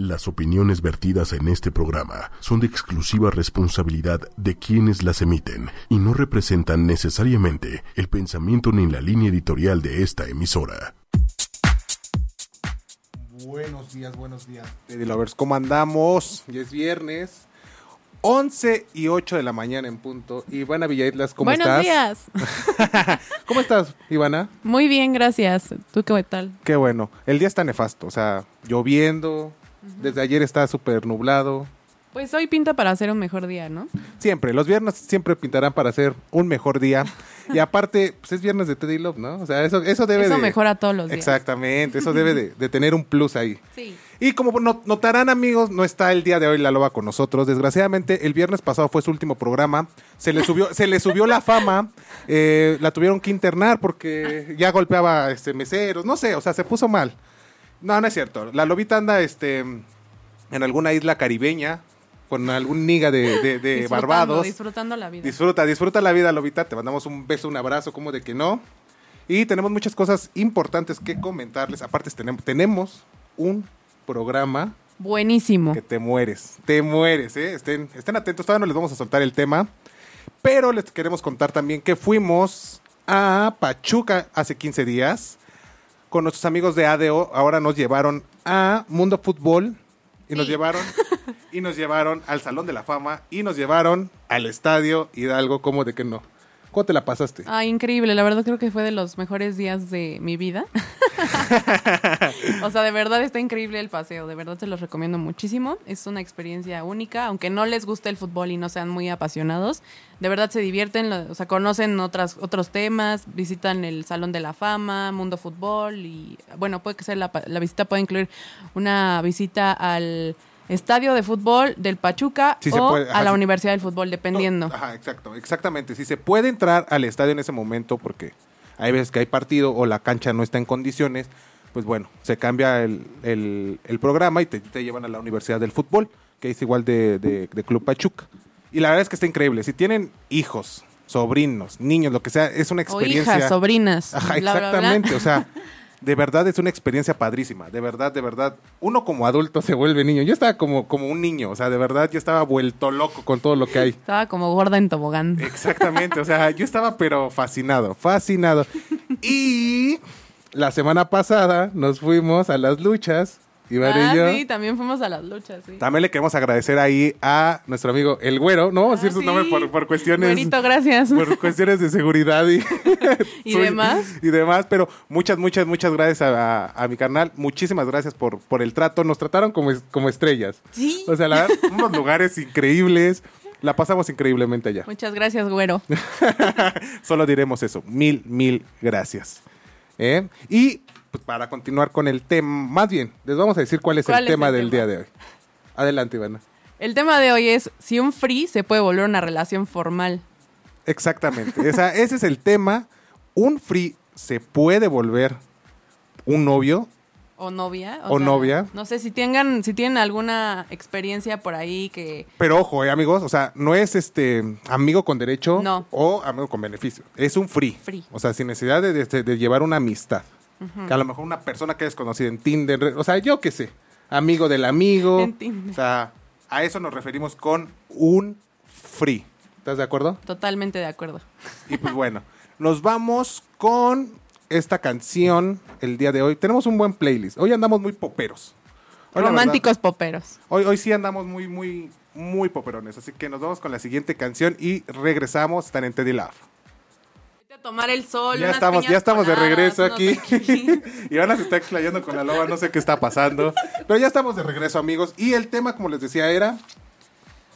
Las opiniones vertidas en este programa son de exclusiva responsabilidad de quienes las emiten y no representan necesariamente el pensamiento ni la línea editorial de esta emisora. Buenos días, buenos días. Teddy Lovers, ¿cómo andamos? Y es viernes, 11 y 8 de la mañana en punto. Ivana Villaitlas, ¿cómo Buenos estás? días. ¿Cómo estás, Ivana? Muy bien, gracias. ¿Tú qué tal? Qué bueno. El día está nefasto, o sea, lloviendo. Desde ayer está súper nublado. Pues hoy pinta para hacer un mejor día, ¿no? Siempre, los viernes siempre pintarán para hacer un mejor día. Y aparte, pues es viernes de Teddy Love, ¿no? O sea, eso, eso debe Eso de... mejora todos los días. Exactamente, eso debe de, de tener un plus ahí. Sí. Y como no- notarán amigos, no está el día de hoy la loba con nosotros. Desgraciadamente, el viernes pasado fue su último programa. Se le subió, se le subió la fama. Eh, la tuvieron que internar porque ya golpeaba este, meseros. No sé, o sea, se puso mal. No, no es cierto. La lobita anda este, en alguna isla caribeña con algún niga de, de- de Disfrutando, Eh, Barbados. Disfrutando la vida. Disfruta, disfruta la vida, Lobita. Te mandamos un beso, un abrazo, como de que no. Y tenemos muchas cosas importantes que comentarles. Aparte, tenemos, tenemos un programa Buenísimo. que te mueres. Te mueres, ¿eh? Estén, estén atentos. Todavía no les vamos a soltar el tema. Pero les queremos contar también que fuimos a Pachuca hace 15 días. Con nuestros amigos de ADO. Ahora nos llevaron a Mundo Fútbol. Y nos Sí. llevaron. Y nos llevaron al Salón de la Fama. Y nos llevaron al Estadio Hidalgo. ¿Cómo de que no? ¿Cómo te la pasaste? Ah, increíble. La verdad creo que fue de los mejores días de mi vida. o sea, de verdad está increíble el paseo. De verdad se los recomiendo muchísimo. Es una experiencia única. Aunque no les guste el fútbol y no sean muy apasionados, de verdad se divierten. lo- O sea, conocen otras, otros temas, visitan el Salón de la Fama, Mundo Fútbol y, bueno, puede que sea la, pa- la visita puede incluir una visita al... Estadio de fútbol del Pachuca Sí, se o puede. Ajá, a la sí. Universidad del Fútbol, dependiendo. Ajá, exacto, exactamente. Si se puede entrar al estadio en ese momento, porque hay veces que hay partido o la cancha no está en condiciones, pues bueno, se cambia el, el- el programa y te, te llevan a la Universidad del Fútbol, que es igual de, de- de Club Pachuca. Y la verdad es que está increíble. Si tienen hijos, sobrinos, niños, lo que sea, es una O experiencia. hijas, sobrinas. Ajá, bla, bla, bla. exactamente. O sea, de verdad es una experiencia padrísima. De verdad, de verdad. Uno como adulto se vuelve niño. Yo estaba como, como un niño. O sea, de verdad yo estaba vuelto loco con todo lo que hay. Estaba como gorda en tobogán. Exactamente, o sea, yo estaba pero fascinado, fascinado. Y la semana pasada nos fuimos a las luchas, Iván Ah, y yo. sí, también fuimos a las luchas, sí. También le queremos agradecer ahí a nuestro amigo El Güero, no vamos a Ah, decir su sí. nombre por, por cuestiones... Güerito, gracias. Por cuestiones de seguridad y, Y suyo- demás. Y demás, pero muchas, muchas, muchas gracias a, a- a mi carnal. Muchísimas gracias por, por el trato. Nos trataron como, es- como estrellas. Sí. O sea, la verdad, unos lugares increíbles. La pasamos increíblemente allá. Muchas gracias, güero. Solo diremos eso. Mil, mil gracias. ¿Eh? Y pues, para continuar con el tema, más bien, les vamos a decir cuál es ¿Cuál el es tema el del tema? día de hoy. Adelante, Ivana. El tema de hoy es si un free se puede volver una relación formal. Exactamente. Esa- ese es el tema. ¿Un free se puede volver un novio? O novia. O novia. No sé si tengan, si tienen alguna experiencia por ahí que. Pero ojo, eh, amigos, o sea, no es este amigo con derecho No. o amigo con beneficio. Es un free. Free. O sea, sin necesidad de, este, de- de llevar una amistad. Que a lo mejor una persona que es conocida en Tinder, re- o sea, yo qué sé, amigo del amigo. En Tinder. O sea, a eso nos referimos con un free. ¿Estás de acuerdo? Totalmente de acuerdo. Y pues bueno, nos vamos con esta canción el día de hoy. Tenemos un buen playlist. Hoy andamos muy poperos. Hoy, la verdad, Románticos poperos. Hoy, hoy sí andamos muy, muy, muy poperones. Así que nos vamos con la siguiente canción y regresamos. Están en Teddy Love. Vete a tomar el sol. Ya unas estamos, piñas ya estamos de coladas, regreso unos aquí. tequilis. Ivana se está explayando con la loba, no sé qué está pasando. Pero ya estamos de regreso, amigos. Y el tema, como les decía, era.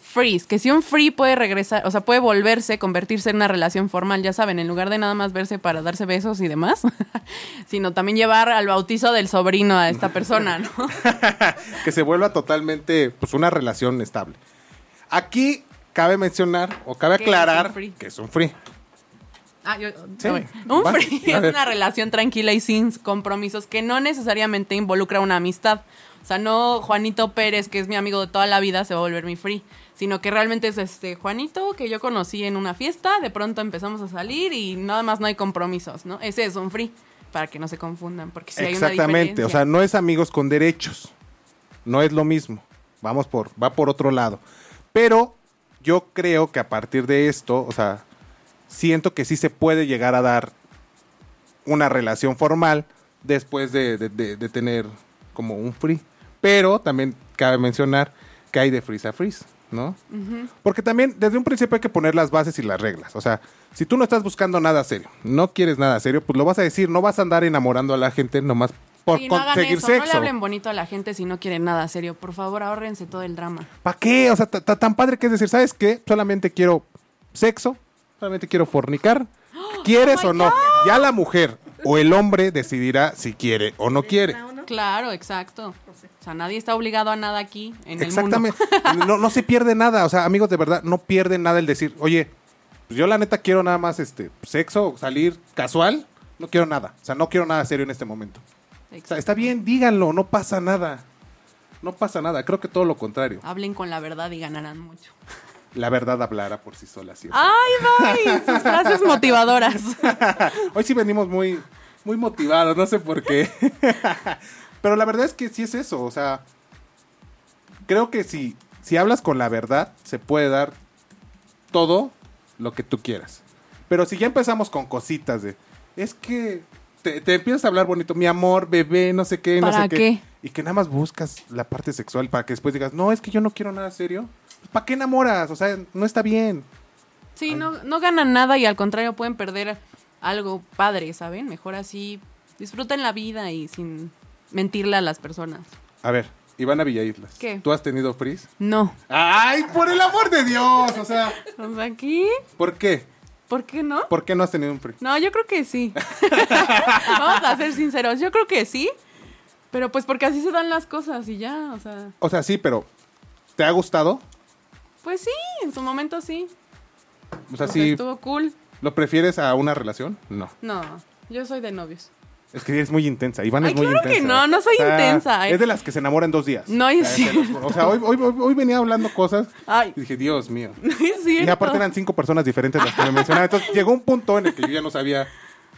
freeze, que si un free puede regresar, o sea, puede volverse, convertirse en una relación formal, ya saben, en lugar de nada más verse para darse besos y demás, sino también llevar al bautizo del sobrino a esta persona, ¿no? que se vuelva totalmente pues una relación estable. Aquí cabe mencionar o cabe Que es un aclarar free. que es un free. Ah, yo- Sí, a ver, un vas, free a es ver. una relación tranquila y sin compromisos que no necesariamente involucra una amistad. O sea, no Juanito Pérez, que es mi amigo de toda la vida, se va a volver mi free, sino que realmente es este Juanito que yo conocí en una fiesta, de pronto empezamos a salir y nada más no hay compromisos, ¿no? Ese es un free, para que no se confundan, porque si hay una Exactamente, o sea, no es amigos con derechos. No es lo mismo. Vamos por, va por otro lado. Pero yo creo que a partir de esto, o sea, siento que sí se puede llegar a dar una relación formal después de, de- de- de tener como un free. Pero también cabe mencionar que hay de freeze a freeze, ¿no? Porque también desde un principio hay que poner las bases y las reglas. O sea, si tú no estás buscando nada serio, no quieres nada serio, pues lo vas a decir, no vas a andar enamorando a la gente nomás por Sí, no hagan conseguir eso, no le sexo. hablen bonito a la gente si no quieren nada serio. Por favor, ahórrense todo el drama. ¿Para qué? O sea, ta- ta- tan padre que es decir, ¿sabes qué? Solamente quiero sexo, solamente quiero fornicar. ¿Quieres Oh my o no? Ya la mujer o el hombre decidirá si quiere o no quiere. Claro, exacto. O sea, nadie está obligado a nada aquí en Exactamente. No, no se pierde nada. O sea, amigos, de verdad, no pierden nada el decir, oye, pues yo la neta quiero nada más este sexo, salir casual. No quiero nada. O sea, no quiero nada serio en este momento. el mundo. O sea, está bien, díganlo, no pasa nada. No pasa nada. Creo que todo lo contrario. Hablen con la verdad y ganarán mucho. La verdad hablará por sí sola siempre. ¡Ay, bye! Sus frases motivadoras. Hoy sí venimos muy, muy motivados, no sé por qué. Pero la verdad es que sí es eso, o sea, creo que si, si hablas con la verdad, se puede dar todo lo que tú quieras. Pero si ya empezamos con cositas de, es que te, te empiezas a hablar bonito, mi amor, bebé, no sé qué, no ¿Para sé qué. qué? Y que nada más buscas la parte sexual para que después digas, no, es que yo no quiero nada serio. ¿Para qué enamoras? O sea, no está bien. Sí, no, no ganan nada y al contrario pueden perder algo padre, ¿saben? Mejor así disfruten la vida y sin mentirle a las personas. A ver, Ivana Villaislas, ¿Qué? ¿tú has tenido frizz? No. ¡Ay, por el amor de Dios! O sea, O sea, ¿qué? ¿por qué? ¿Por qué no? ¿Por qué no has tenido un free? No, yo creo que sí. Vamos a ser sinceros, yo creo que sí. Pero pues porque así se dan las cosas y ya, o sea, O sea, sí, pero ¿te ha gustado? pues sí, en su momento sí. O sea, O sea, sí, Estuvo cool. ¿lo prefieres a una relación? No. No, yo soy de novios. Es que es muy intensa. Ivana Ay, es muy claro que intensa. no, no soy intensa, eh. Es de las que se enamora en dos días. No es O sea, te lo cierto. juro. O sea, hoy, hoy, hoy- hoy venía hablando cosas Ay. y dije, Dios mío. No es cierto. Y aparte eran cinco personas diferentes las que me mencionaban. Entonces llegó un punto en el que yo ya no sabía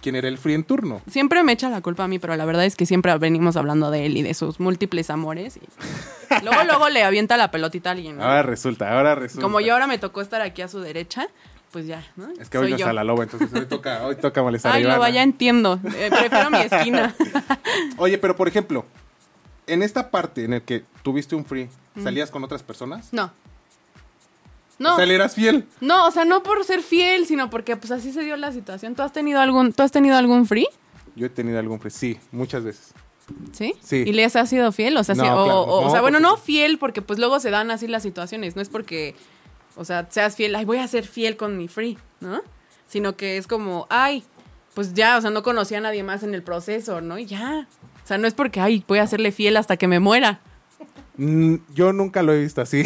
quién era el free en turno. Siempre me echa la culpa a mí, pero la verdad es que siempre venimos hablando de él y de sus múltiples amores. y- Luego, luego le avienta la pelotita a alguien. ¿no? Ahora resulta, ahora resulta. Como yo ahora me tocó estar aquí a su derecha, pues ya, ¿no? Es que hoy Soy no está la loba, entonces hoy toca, hoy toca molestar a Ay, Ivana. lo vaya, entiendo. Eh, prefiero mi esquina. Oye, pero por ejemplo, en esta parte en el que tuviste un free, ¿salías con otras personas? No. Mm. No. O sea, le eras fiel. No, o sea, no por ser fiel, sino porque pues así se dio la situación. ¿Tú has tenido algún, ¿tú has tenido algún free? Yo he tenido algún free, sí, muchas veces. ¿Sí? Sí. ¿Y les has sido fiel? O sea, No, sí- o, claro, o- o no, sea, bueno, porque- no fiel porque pues luego se dan así las situaciones. No es porque, o sea, seas fiel, ay, voy a ser fiel con mi free, ¿no? Sino que es como, ay, pues ya, o sea, no conocía a nadie más en el proceso, ¿no? Y ya. O sea, no es porque, ay, voy a serle fiel hasta que me muera. Mm, yo nunca lo he visto así.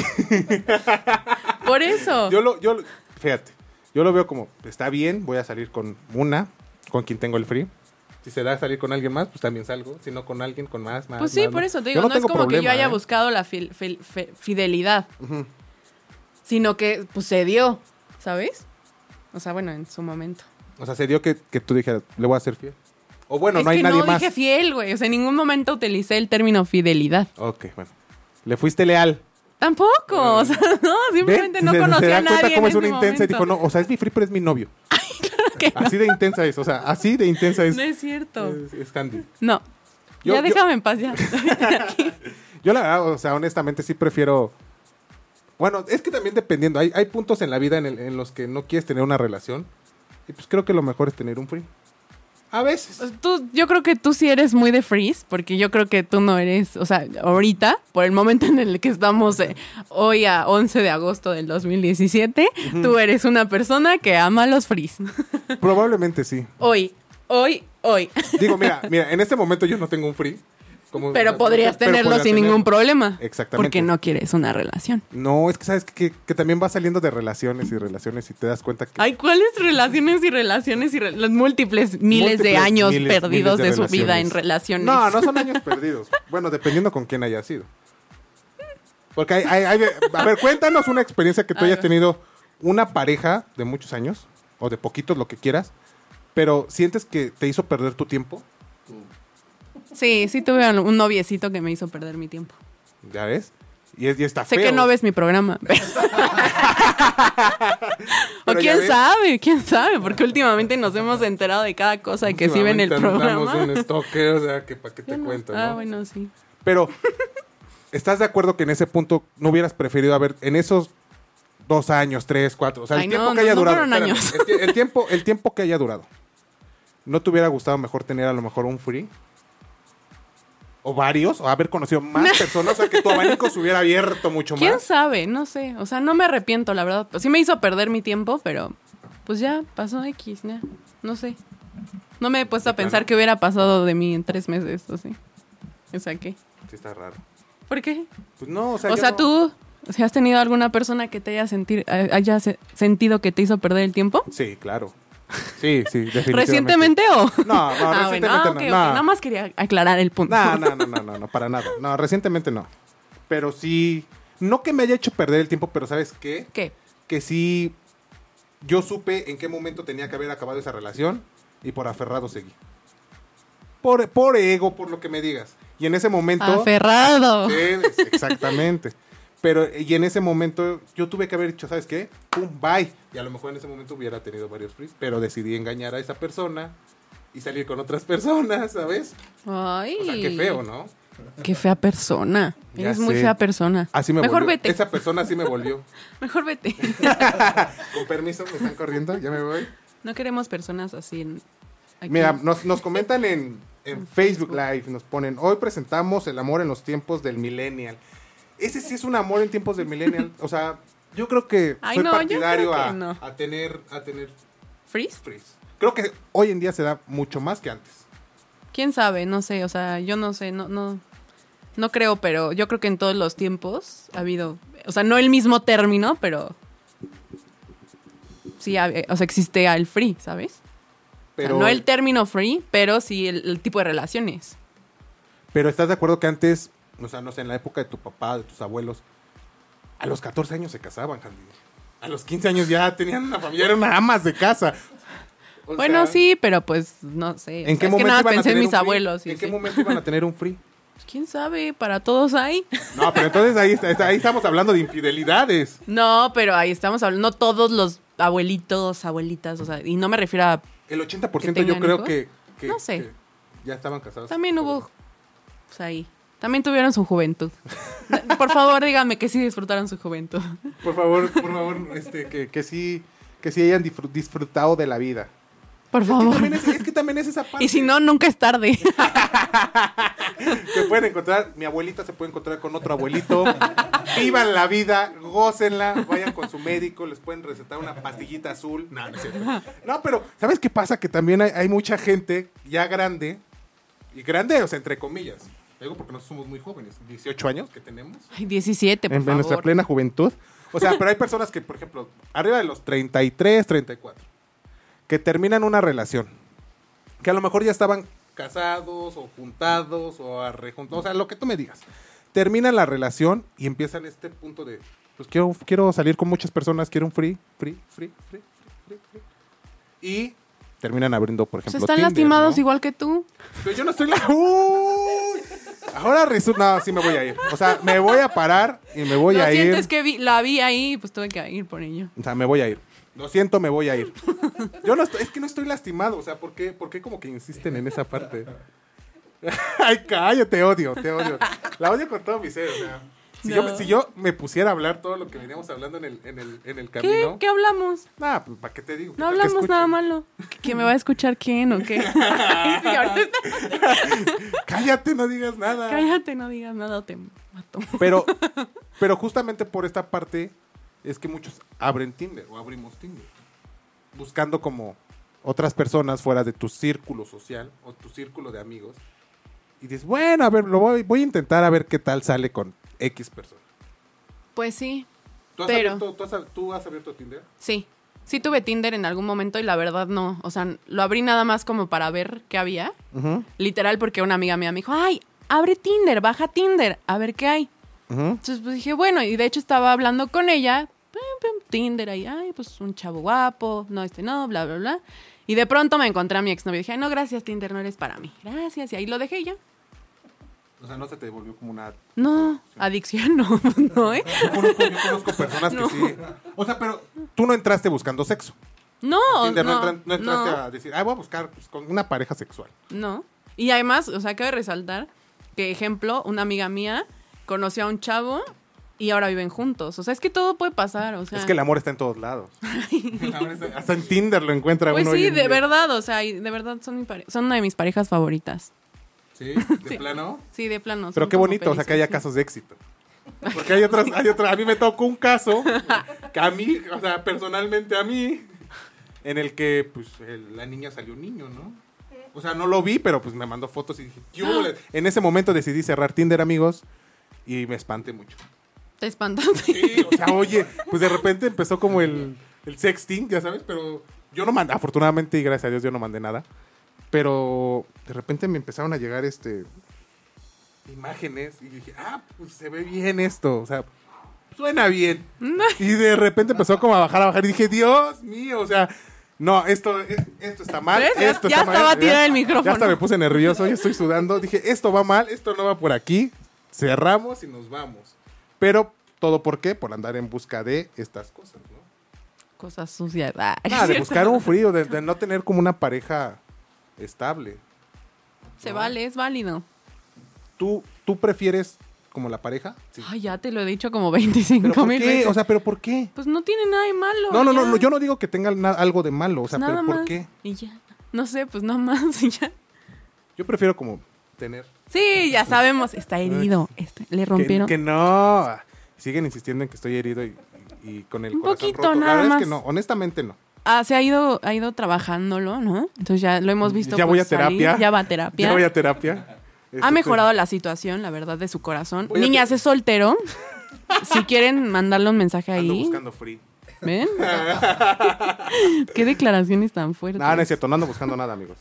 Por eso. yo lo, yo, lo- fíjate, yo lo veo como, está bien, voy a salir con una, con quien tengo el free. Si se da a salir con alguien más, pues también salgo. Si no con alguien, con más, más. Pues sí, más, por más. eso te Yo digo, no, es tengo como que yo problema, haya ¿eh? buscado la fil- fil- fe- fidelidad, sino que pues se dio, ¿sabes? O sea, bueno, en su momento. O sea, se dio que, que tú dijeras, le voy a ser fiel. O bueno, es no hay que nadie no más. dije fiel, güey. O sea, en ningún momento utilicé el término fidelidad. Ok, bueno. Le fuiste leal. Tampoco, o sea, no, simplemente Ah. ¿Ve? no Se- se conocía a dan cuenta nadie. cómo en es una ese intensa y dijo, momento. no, o sea, es mi free, pero es mi novio. Así de intensa es, o sea, así de intensa es. No es cierto. es- es Candy. No. Yo- ya yo- déjame en paz ya. Yo la verdad, o sea, honestamente sí prefiero... Bueno, es que también dependiendo, hay, hay puntos en la vida en, el- en los que no quieres tener una relación. Y pues creo que lo mejor es tener un free. A veces. Tú, yo creo que tú sí eres muy de freeze, porque yo creo que tú no eres, o sea, ahorita, por el momento en el que estamos eh, hoy a 11 de agosto del 2017, tú eres una persona que ama los freeze. Probablemente sí. hoy, hoy, hoy. Digo, mira, mira, en este momento yo no tengo un free. como- Pero podrías pero tenerlo podría sin tenerlo. ningún problema. Exactamente. Porque no quieres una relación. No, es que sabes que, que- que también vas saliendo de relaciones y relaciones y te das cuenta que... Ay, ¿cuáles relaciones y relaciones y re- los múltiples miles de Múltiples años miles, perdidos miles de, su vida en relaciones? relación No, no son años perdidos. Bueno, dependiendo con quién haya sido. Porque hay, hay- hay- A ver, cuéntanos una experiencia que tú A hayas ver. tenido una pareja de muchos años, o de poquitos, lo que quieras, pero sientes que te hizo perder tu tiempo. Sí, sí tuve un noviecito que me hizo perder mi tiempo. ¿Ya ves? Y, es- y está Sé feo. que no ves mi programa. o Pero ya quién ves. sabe, quién sabe, porque últimamente nos hemos enterado de cada cosa que sí ven el Últimamente andamos programa. un stalker, o sea, que para qué te Yo no- cuento, Ah, ¿no? bueno, sí. Pero, ¿estás de acuerdo que en ese punto no hubieras preferido haber, en esos dos años, tres, cuatro, o sea, el Ay, tiempo no, que no, haya no durado. fueron espérame, años. El, tie- el tiempo, el tiempo que haya durado. ¿No te hubiera gustado mejor tener a lo mejor un free? ¿O varios? ¿O haber conocido más personas? O sea, que tu abanico se hubiera abierto mucho ¿Quién más. sabe? No sé. O sea, no me arrepiento, la verdad. Pues sí me hizo perder mi tiempo, pero pues ya pasó X, ¿no? No sé. No me he puesto a plano? pensar que hubiera pasado de mí en tres meses, o sí. O sea, ¿qué? Sí, está raro. ¿Por qué? Pues no, o sea, O yo sea, no- tú, si has tenido alguna persona que te haya, sentir, haya se- sentido que te hizo perder el tiempo? Sí, claro. Sí, sí, definitivamente. ¿Recientemente o...? No, no, Ah, recientemente bueno, ah, no, ok, ok. no. Nada más quería aclarar el punto. No, no, no, no, no, no, para nada. No, recientemente no. Pero sí, no que me haya hecho perder el tiempo, pero ¿sabes qué? ¿Qué? Que sí, yo supe en qué momento tenía que haber acabado esa relación y por aferrado seguí. Por, por ego, por lo que me digas. Y en ese momento... Aferrado. Sí, es- exactamente. Pero, y en ese momento, yo tuve que haber dicho, ¿sabes qué? ¡Pum! ¡Bye! Y a lo mejor en ese momento hubiera tenido varios frees, pero decidí engañar a esa persona y salir con otras personas, ¿sabes? Ay. O sea, qué feo, ¿no? Qué fea persona. Ya Eres muy sé. fea persona. Así me Mejor volvió. vete. Esa persona así me volvió. Mejor vete. Con permiso, me están corriendo, ya me voy. No queremos personas así. en- aquí. Mira, nos, nos comentan en, en Facebook Live, nos ponen, hoy presentamos el amor en los tiempos del millennial. Ese sí es un amor en tiempos del millennial. O sea, yo creo que Ay, soy no, yo partidario creo que a, no. a tener, a tener ¿Freeze? freeze. Creo que hoy en día se da mucho más que antes. ¿Quién sabe? No sé. O sea, yo no sé. No, no, no creo, pero yo creo que en todos los tiempos ha habido. O sea, no el mismo término, pero. Sí, ha- eh, o sea, existe el free, ¿sabes? O sea, Pero, no el término free, pero sí el, el tipo de relaciones. pero estás de acuerdo que antes, o sea, no sé, en la época de tu papá, de tus abuelos, a los 14 años se casaban, Handy. A los 15 años ya tenían una familia, eran amas de casa. O bueno, sea, sí, pero pues no sé. O sea, ¿En qué es momento que nada más iban a pensé en tener mis un free? abuelos. y ¿En qué sí. momento iban a tener un free? Pues, ¿Quién sabe? Para todos hay. No, pero entonces ahí, está- está- ahí estamos hablando de infidelidades. No, pero ahí estamos hablando, no todos los abuelitos, abuelitas, o sea, y no me refiero a... El 80% ¿Que yo tengan creo hijos? que, que- No sé. que ya estaban casados. También hubo... Pues ahí. También tuvieron su juventud. Por favor, díganme que sí disfrutaron su juventud. Por favor, por favor, este, que, que sí que sí hayan disfr- disfrutado de la vida. Por Es que, también favor. es, es que también es esa parte. Y si no, nunca es tarde. Se pueden encontrar, mi abuelita se puede encontrar con otro abuelito. Vivan la vida, gócenla, vayan con su médico, les pueden recetar una pastillita azul. No, no es cierto. No, pero ¿sabes qué pasa? Que también hay, hay mucha gente ya grande, y grande, o sea, entre comillas. Digo porque nosotros somos muy jóvenes, 18 años que tenemos. Ay, 17, por En, en favor. nuestra plena juventud. O sea, pero hay personas que, por ejemplo, arriba de los 33, 34, que terminan una relación, que a lo mejor ya estaban casados o juntados o arrejuntados, o sea, lo que tú me digas. Terminan la relación y empiezan este punto de, pues quiero, quiero salir con muchas personas, quiero un free, free, free, free, free, free. Y terminan abriendo, por O sea, ejemplo, Pues, están Tinder, lastimados ¿no? igual que tú. Pero yo no estoy la. ¡Uy! Ahora resulta. No, sí me voy a ir. O sea, me voy a parar y me voy Lo a siento, ir. es que vi- la vi ahí, pues tuve que ir por ello. O sea, me voy a ir. Lo siento, me voy a ir. Yo no estoy, es que no estoy lastimado. O sea, ¿por qué, por qué como que insisten en esa parte? Ay, cállate, te odio, te odio. La odio con todo mi ser. O sea, si, yo, No. si yo me pusiera a hablar todo lo que veníamos hablando en el, en el, en el ¿Qué? camino. ¿Qué hablamos? Nah, pues, ¿para qué te digo? No Que hablamos escuchen. nada malo. ¿Que- ¿Que me va a escuchar quién o qué? Ay, sí, ahorita está- Cállate, no digas nada. Cállate, no digas nada, te mato. Pero, pero justamente por esta parte es que muchos abren Tinder o abrimos Tinder. Buscando como otras personas fuera de tu círculo social o tu círculo de amigos. Y dices, bueno, a ver, lo voy, voy a intentar a ver qué tal sale con X persona. Pues sí, ¿Tú has, Pero- abierto, tú has- tú has abierto Tinder? sí. Sí tuve Tinder en algún momento y la verdad no. O sea, lo abrí nada más como para ver qué había. Literal porque una amiga mía me dijo, ay, abre Tinder, baja Tinder, a ver qué hay. Entonces pues dije, bueno, y de hecho estaba hablando con ella, pum, pum, Tinder ahí, ay, pues un chavo guapo, no, este no, bla, bla, bla. Y de pronto me encontré a mi exnovio y dije, "Ay, no, gracias Tinder, no eres para mí. Gracias. Y ahí lo dejé y ya. O sea, no se te devolvió como una... No, adicción no, no, ¿eh? Yo conozco, yo conozco personas que No. sí. O sea, pero tú no entraste buscando sexo. No, Tinder, no, Oh, no, entran- no entraste no, a decir, ah, voy a buscar pues, con una pareja sexual. no. Y además, o sea, cabe resaltar que, ejemplo, una amiga mía conoció a un chavo y ahora viven juntos. O sea, es que todo puede pasar, o sea. Es que el amor está en todos lados. El amor está- Hasta en Tinder lo encuentra Pues uno. hoy sí, en de día. verdad, o sea, y de verdad son, mi pare- son una de mis parejas favoritas. Sí, de plano. Sí, de plano. Pero son qué como bonito, o sea, que haya felices. casos de éxito. Porque hay otras, hay otras. A mí me tocó un caso que a mí, o sea, personalmente a mí, en el que, pues, el- la niña salió niño, ¿no? O sea, no lo vi, pero pues me mandó fotos y dije, "¿Qué hubo Ah. le-?" En ese momento decidí cerrar Tinder, amigos, y me espanté mucho. Te espantaste. Sí, o sea, oye, pues de repente empezó como el, el sexting, ya sabes, pero yo no mandé, afortunadamente y gracias a Dios yo no mandé nada, pero de repente me empezaron a llegar este imágenes y dije, ah, pues se ve bien esto, o sea, suena bien. Y de repente empezó como a bajar, a bajar y dije, Dios mío, o sea... No, esto, es- esto está mal. ¿Ves? Ya- Esto ya está mal. estaba tirado el Ya micrófono. hasta me puse nervioso, ya estoy sudando. Dije, esto va mal, esto no va por aquí. Cerramos y nos vamos. Pero, ¿todo por qué? Por andar en busca de estas cosas, ¿no? Cosas sucias. Ah, Ah, de ¿cierto? buscar un frío, de, de no tener como una pareja estable. Se vale, es válido. ¿Tú, tú prefieres como la pareja? Sí. Ay, ya te lo he dicho como ¿Pero 25 por mil qué? veces. O sea, ¿pero por qué? pues no tiene nada de malo. No, no, no, ya. no, yo no digo que tenga na- algo de malo, o sea, Pues nada ¿pero por más. qué? Y ya. No sé, pues nada más y ya. Yo prefiero como tener... Sí, ya sabemos. Está herido. Está- le Que, rompieron. que no. Siguen insistiendo en que estoy herido y, y- y con el Un corazón poquito, roto. La nada verdad es más. que no, honestamente no. Ah, se ha ido, ha ido trabajándolo, ¿no? Entonces ya lo hemos visto. Ya voy pues, a terapia. salir. Ya va a terapia. Ya voy a terapia. Ha Este, mejorado la situación, la verdad, de su corazón. Voy a Niñas, te- es soltero. si quieren mandarle un mensaje Ando ahí. buscando free. ¿Ven? Qué declaraciones tan fuertes. No, no es cierto, no ando buscando nada, amigos.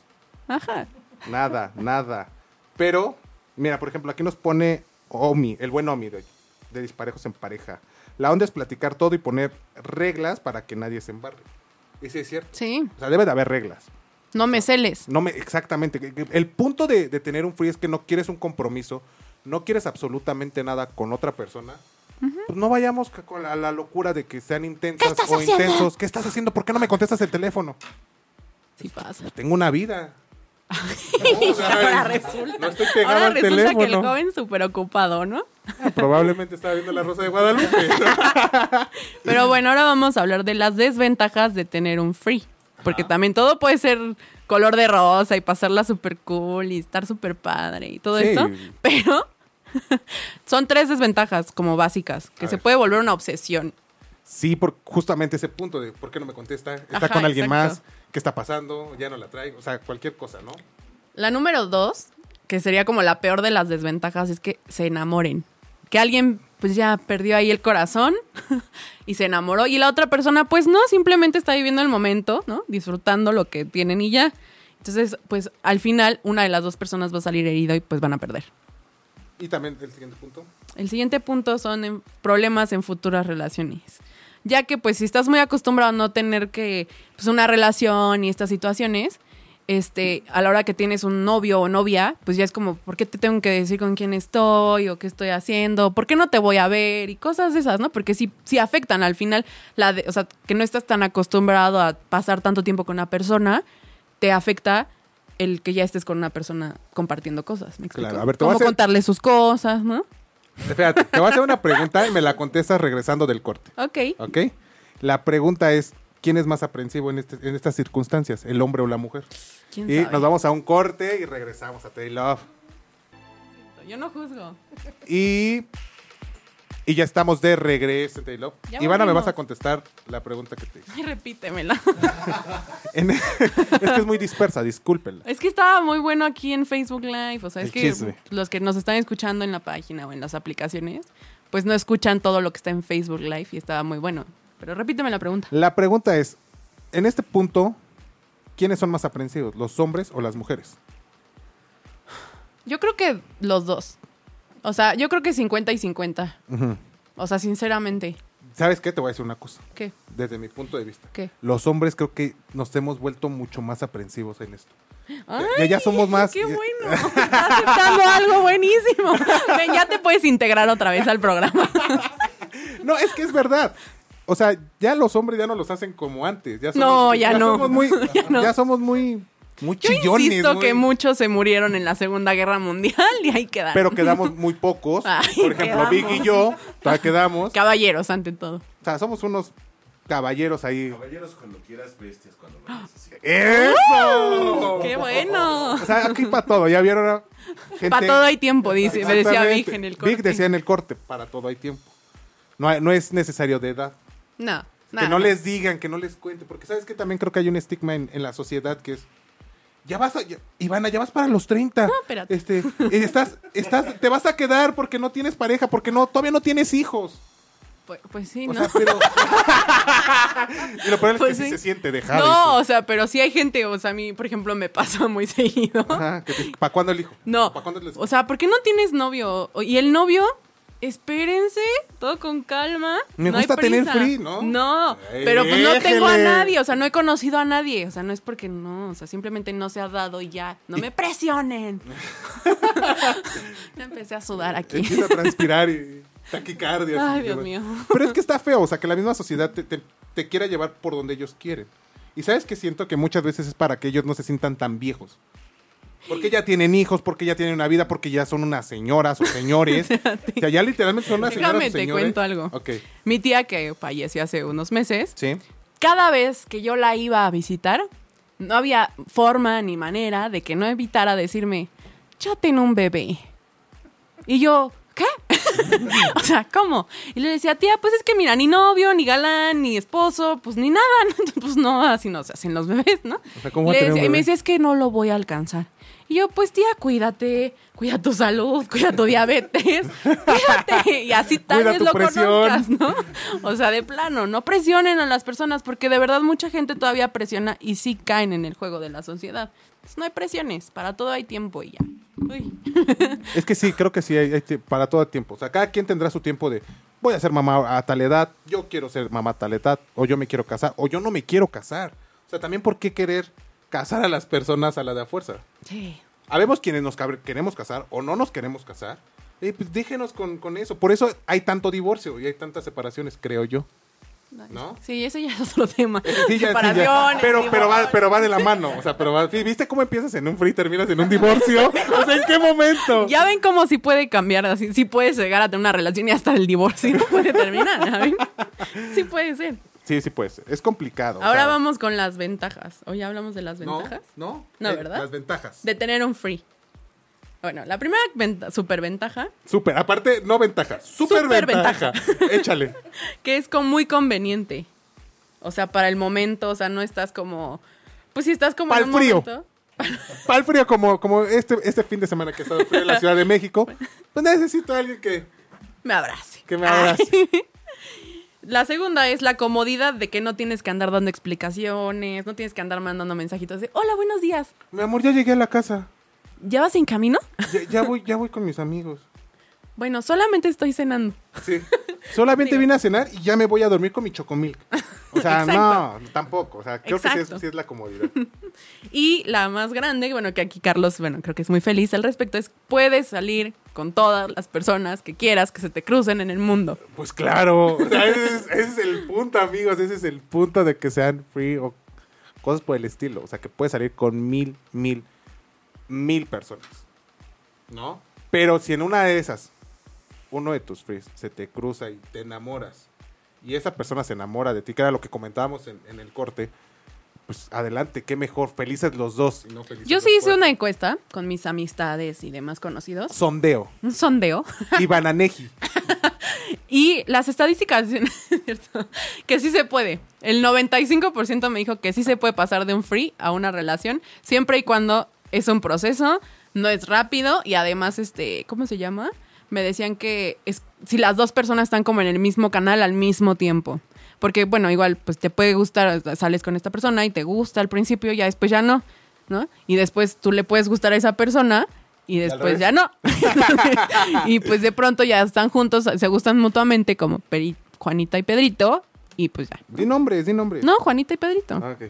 Ajá. Nada, nada. Pero, mira, por ejemplo, aquí nos pone Omi, el buen Omi de, de Disparejos en Pareja. La onda es platicar todo y poner reglas para que nadie se embarre. Ese es cierto. Sí. O sea, debe de haber reglas. No me celes. No me, exactamente. Que- que El punto de, de tener un free es que no quieres un compromiso, no quieres absolutamente nada con otra persona. Pues no vayamos ca- con la, la locura de que sean intensas o intensos. ¿Qué estás haciendo? ¿Por qué no me contestas el teléfono? Sí pasa. Tengo una vida. No, o sea, Ahora resulta. no estoy pegado Ahora al resulta teléfono. que el joven súper ocupado, ¿no? Probablemente estaba viendo la Rosa de Guadalupe. Pero bueno, ahora vamos a hablar de las desventajas de tener un free. Porque también todo puede ser color de rosa y pasarla súper cool y estar súper padre y todo Sí. esto. Pero son tres desventajas como básicas, que A se ver. puede volver una obsesión. Sí, por justamente ese punto de por qué no me contesta. Está Ajá, con alguien exacto. más. ¿Qué está pasando? Ya no la traigo. O sea, cualquier cosa, ¿no? La número dos, que sería como la peor de las desventajas, es que se enamoren. Que alguien pues ya perdió ahí el corazón y se enamoró y la otra persona pues no, simplemente está viviendo el momento, ¿no? Disfrutando lo que tienen y ya. Entonces pues al final una de las dos personas va a salir herida y pues van a perder. Y también el siguiente punto. El siguiente punto son en- problemas en futuras relaciones. Ya que pues si estás muy acostumbrado a no tener que pues una relación y estas situaciones, este, a la hora que tienes un novio o novia, pues ya es como, ¿por qué te tengo que decir con quién estoy o qué estoy haciendo? ¿Por qué no te voy a ver? Y cosas de esas, ¿no? Porque sí, sí afectan al final, la de- o sea, que no estás tan acostumbrado a pasar tanto tiempo con una persona, te afecta el que ya estés con una persona compartiendo cosas. ¿me explico? Claro, a ver, te voy a Como hacer- contarle sus cosas, ¿no? Espérate, te voy a hacer una pregunta y me la contestas regresando del corte. Ok. ¿Ok? La pregunta es, ¿quién es más aprensivo en, este- en estas circunstancias? ¿El hombre o la mujer? ¿Quién Y sabe? nos vamos a un corte y regresamos a Teddy Love. Yo no juzgo. Y, y ya estamos de regreso en Teddy Love. Ya Ivana, me volvimos. vas a contestar la pregunta que te hice. Ay, repítemela. En- es que es muy dispersa, discúlpenla. Es que estaba muy bueno aquí en Facebook Live. O sea, es El que chisme. los que nos están escuchando en la página o en las aplicaciones, pues no escuchan todo lo que está en Facebook Live y estaba muy bueno. Pero repíteme la pregunta. La pregunta es, en este punto, ¿quiénes son más aprensivos, los hombres o las mujeres? Yo creo que los dos. O sea, yo creo que 50 y 50. Ujú. O sea, sinceramente. ¿Sabes qué? Te voy a decir una cosa, ¿Qué? desde mi punto de vista. ¿Qué? Los hombres creo que nos hemos vuelto mucho más aprensivos en esto. Ya- ya Ay, somos más- ¡Qué bueno! Está aceptando algo buenísimo. Ven, ya te puedes integrar otra vez al programa. No, es que es verdad. O sea, ya los hombres ya no los hacen como antes. Ya somos, No, ya no. Somos muy, Ya no. ya somos muy, muy Yo chillones. insisto muy- que muchos se murieron en la Segunda Guerra Mundial y ahí quedaron. Pero quedamos muy pocos. Ay, Por ejemplo, quedamos. Vic y yo, todavía quedamos. Caballeros, ante todo. O sea, somos unos caballeros ahí. Caballeros cuando quieras, bestias cuando lo necesites. ¡Eso! ¡Qué bueno! O sea, aquí para todo, ya vieron. ah? Gente- Para todo hay tiempo, dice, me decía Vic Exactamente. en el corte. Vic decía en el corte, para todo hay tiempo. No, hay- no es necesario de edad. No, Que nada. no les digan, que no les cuente. Porque sabes que también creo que hay un estigma en, en la sociedad que es. Ya vas, a- ya- Ivana, ya vas para los 30. No, espérate. Este, estás, estás, te vas a quedar porque no tienes pareja, porque no, todavía no tienes hijos. Pues, pues sí, O no. sea, pero. y lo peor es Pues que sí se sí. siente dejado. No, o sea, pero sí hay gente, o sea, a mí, por ejemplo, me pasa muy seguido. ¿Para cuándo el hijo? No, ¿Para cuándo les... o sea, ¿por qué no tienes novio? O- Y el novio, espérense, todo con calma. Me no hay gusta tener prisa. free, ¿no? No, Ay, pero pues no tengo a déjele. nadie, o sea, no he conocido a nadie. O sea, no es porque no, o sea, simplemente no se ha dado y ya. No me presionen. no empecé a sudar aquí. Empieza a transpirar y taquicardia. así, Ay, Dios lleva- mío. Pero es que está feo, o sea, que la misma sociedad te, te- te quiera llevar por donde ellos quieren. Y sabes que siento que muchas veces es para que ellos no se sientan tan viejos. Porque ya tienen hijos, porque ya tienen una vida, porque ya son unas señoras o señores. o sea, ya literalmente son unas señoras Déjame, o te señores. cuento algo. Ok, Mi tía que falleció hace unos meses, sí. cada vez que yo la iba a visitar, no había forma ni manera de que no evitara decirme, ya tengo un bebé. Y yo, ¿qué? o sea, ¿cómo? Y le decía, tía, pues es que mira, ni novio, ni galán, ni esposo, pues ni nada, ¿no? Entonces, pues no, así no se hacen los bebés, ¿no? O sea, ¿cómo va a Le tener un decía- y me bebé? decía, es que no lo voy a alcanzar. Y yo, pues tía, cuídate, cuida tu salud, cuida tu diabetes, cuídate. Y así tal Cuida vez tu lo presión. conozcas, ¿no? O sea, de plano, no presionen a las personas porque de verdad mucha gente todavía presiona y sí caen en el juego de la sociedad. Entonces, no hay presiones, para todo hay tiempo y ya. Uy. Es que sí, creo que sí, hay, hay tie- para todo tiempo. O sea, cada quien tendrá su tiempo de voy a ser mamá a tal edad, yo quiero ser mamá a tal edad, o yo me quiero casar, o yo no me quiero casar. O sea, también por qué querer casar a las personas a la de a fuerza. Sí. Habemos quienes nos cabre- queremos casar o no nos queremos casar. Eh, pues déjenos con, con eso. Por eso hay tanto divorcio y hay tantas separaciones, creo yo. ¿No? Sí, ese ya es otro tema. Eh, Sí, ya, sí, ya. Separaciones, Pero, pero, va, divorcio. pero va de la mano. O sea, pero va- ¿viste cómo empiezas en un free y terminas en un divorcio? O sea, ¿en qué momento? Ya ven cómo sí puede cambiar, así sí puedes llegar a tener una relación y hasta el divorcio puede terminar, ¿saben? Sí puede ser. Sí, sí, pues. Es complicado. o Ahora sea. vamos con las ventajas. ¿Hoy hablamos de las ventajas? No, eh, No, ¿verdad? Las ventajas. De tener un free. Bueno, la primera venta- superventaja, Super, aparte, no ventaja, super, Superventaja. ventaja. Échale. que es con muy conveniente. O sea, para el momento, o sea, no estás como... Pues si estás como... Pa'l en un frío. momento- Para el frío, como, como este, este fin de semana que he estado frío en la Ciudad de México, pues necesito a alguien que, me abrace. que me abrace. La segunda es la comodidad de que no tienes que andar dando explicaciones, no tienes que andar mandando mensajitos de, hola, buenos días, Mi amor, ya llegué a la casa. ¿ya vas en camino? Ya, ya voy, ya voy con mis amigos. Bueno, solamente estoy cenando. Sí. Solamente vine a cenar y ya me voy a dormir con mi chocomilk. O sea, no, tampoco. O sea, creo que sí Exacto. es, sí es la comodidad. Y la más grande, bueno, que aquí Carlos, bueno, creo que es muy feliz al respecto, es puedes salir con todas las personas que quieras que se te crucen en el mundo. Pues claro. O sea, ese, es, ese es el punto, amigos. Ese es el punto de que sean free o cosas por el estilo. O sea, que puedes salir con mil, mil, mil personas. ¿No? Pero si en una de esas, uno de tus frees se te cruza y te enamoras, y esa persona se enamora de ti, que era lo que comentábamos en, en el corte, pues adelante, qué mejor. Felices los dos. y no felices Yo los sí hice cuatro. una encuesta con mis amistades y demás conocidos, Sondeo. un sondeo, Y Bananeji. y las estadísticas, es cierto, que sí se puede. El 95% me dijo que sí se puede pasar de un free a una relación, siempre y cuando es un proceso, no es rápido y además, este, ¿cómo se llama? Me decían que es, si las dos personas están como en el mismo canal al mismo tiempo. Porque, bueno, igual, pues te puede gustar, sales con esta persona y te gusta al principio, ya después ya no, ¿no? Y después tú le puedes gustar a esa persona y al revés. después ya no. y pues de pronto ya están juntos, se gustan mutuamente como Peri- Juanita y Pedrito y pues ya. Di nombres, di nombres. No, Juanita y Pedrito. Ah, ok.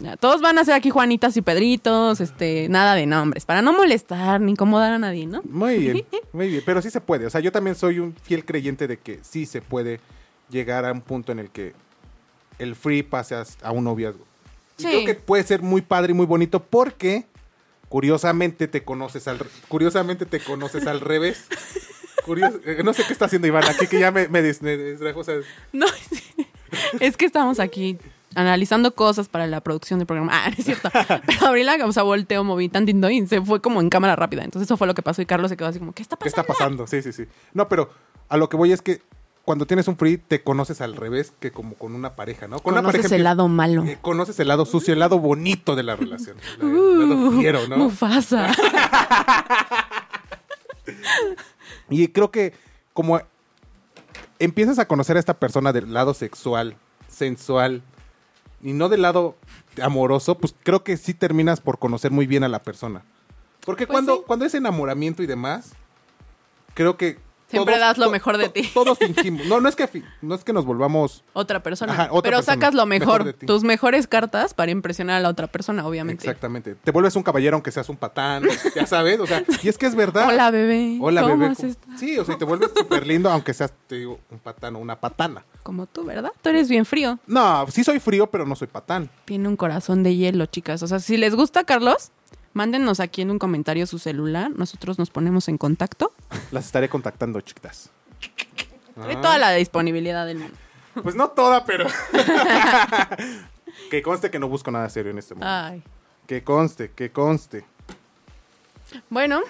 Ya, Todos van a ser aquí Juanitas y Pedritos, este, nada de nombres, para no molestar ni incomodar a nadie, ¿no? Muy bien, muy bien. Pero sí se puede. O sea, yo también soy un fiel creyente de que sí se puede llegar a un punto en el que el free pase a, a un noviazgo. Y Sí. Creo que puede ser muy padre y muy bonito porque curiosamente te conoces al re- curiosamente te conoces al revés. Curios- eh, no sé qué está haciendo Iván aquí que ya me, me dis- me distrajo. o sea, No, es que estamos aquí analizando cosas para la producción del programa. Ah, no es cierto. Pero abrí la, o sea, volteo, moví tantito y se fue como en cámara rápida. Entonces eso fue lo que pasó y Carlos se quedó así como, ¿qué está ¿Qué pasando? está pasando? Sí, sí, sí. No, pero a lo que voy es que cuando tienes un free te conoces al revés que como con una pareja, ¿no? Con una Conoces pareja el empie- lado malo. eh, conoces el lado sucio, el lado bonito de la relación. El Uh. lado- el lado fiero, ¿no? Mufasa. Y creo que como empiezas a conocer a esta persona del lado sexual, sensual, y no del lado amoroso, pues creo que sí terminas por conocer muy bien a la persona. Porque Pues cuando, sí. cuando es enamoramiento y demás, creo que... Siempre das lo to- mejor de to- ti. Todos fingimos. No, no es que, fi- no es que nos volvamos... Otra persona. Ajá, otra Pero persona. sacas lo Mejor mejor, de ti. tus mejores cartas para impresionar a la otra persona, obviamente. Exactamente. Te vuelves un caballero aunque seas un patán, ya sabes. O sea, y es que es verdad. Hola, bebé. Hola, ¿Cómo bebé. has estado? Sí, o sea, y te vuelves súper lindo aunque seas, te digo, un patán o una patana. Como tú, ¿verdad? Tú eres bien frío. No, sí soy frío, pero no soy patán. Tiene un corazón de hielo, chicas. O sea, si les gusta Carlos, mándenos aquí en un comentario su celular. Nosotros nos ponemos en contacto. Las estaré contactando, chicas. Ah. Trae toda la disponibilidad del mundo. Pues no toda, pero. que conste que no busco nada serio en este momento. Ay. Que conste, que conste. Bueno,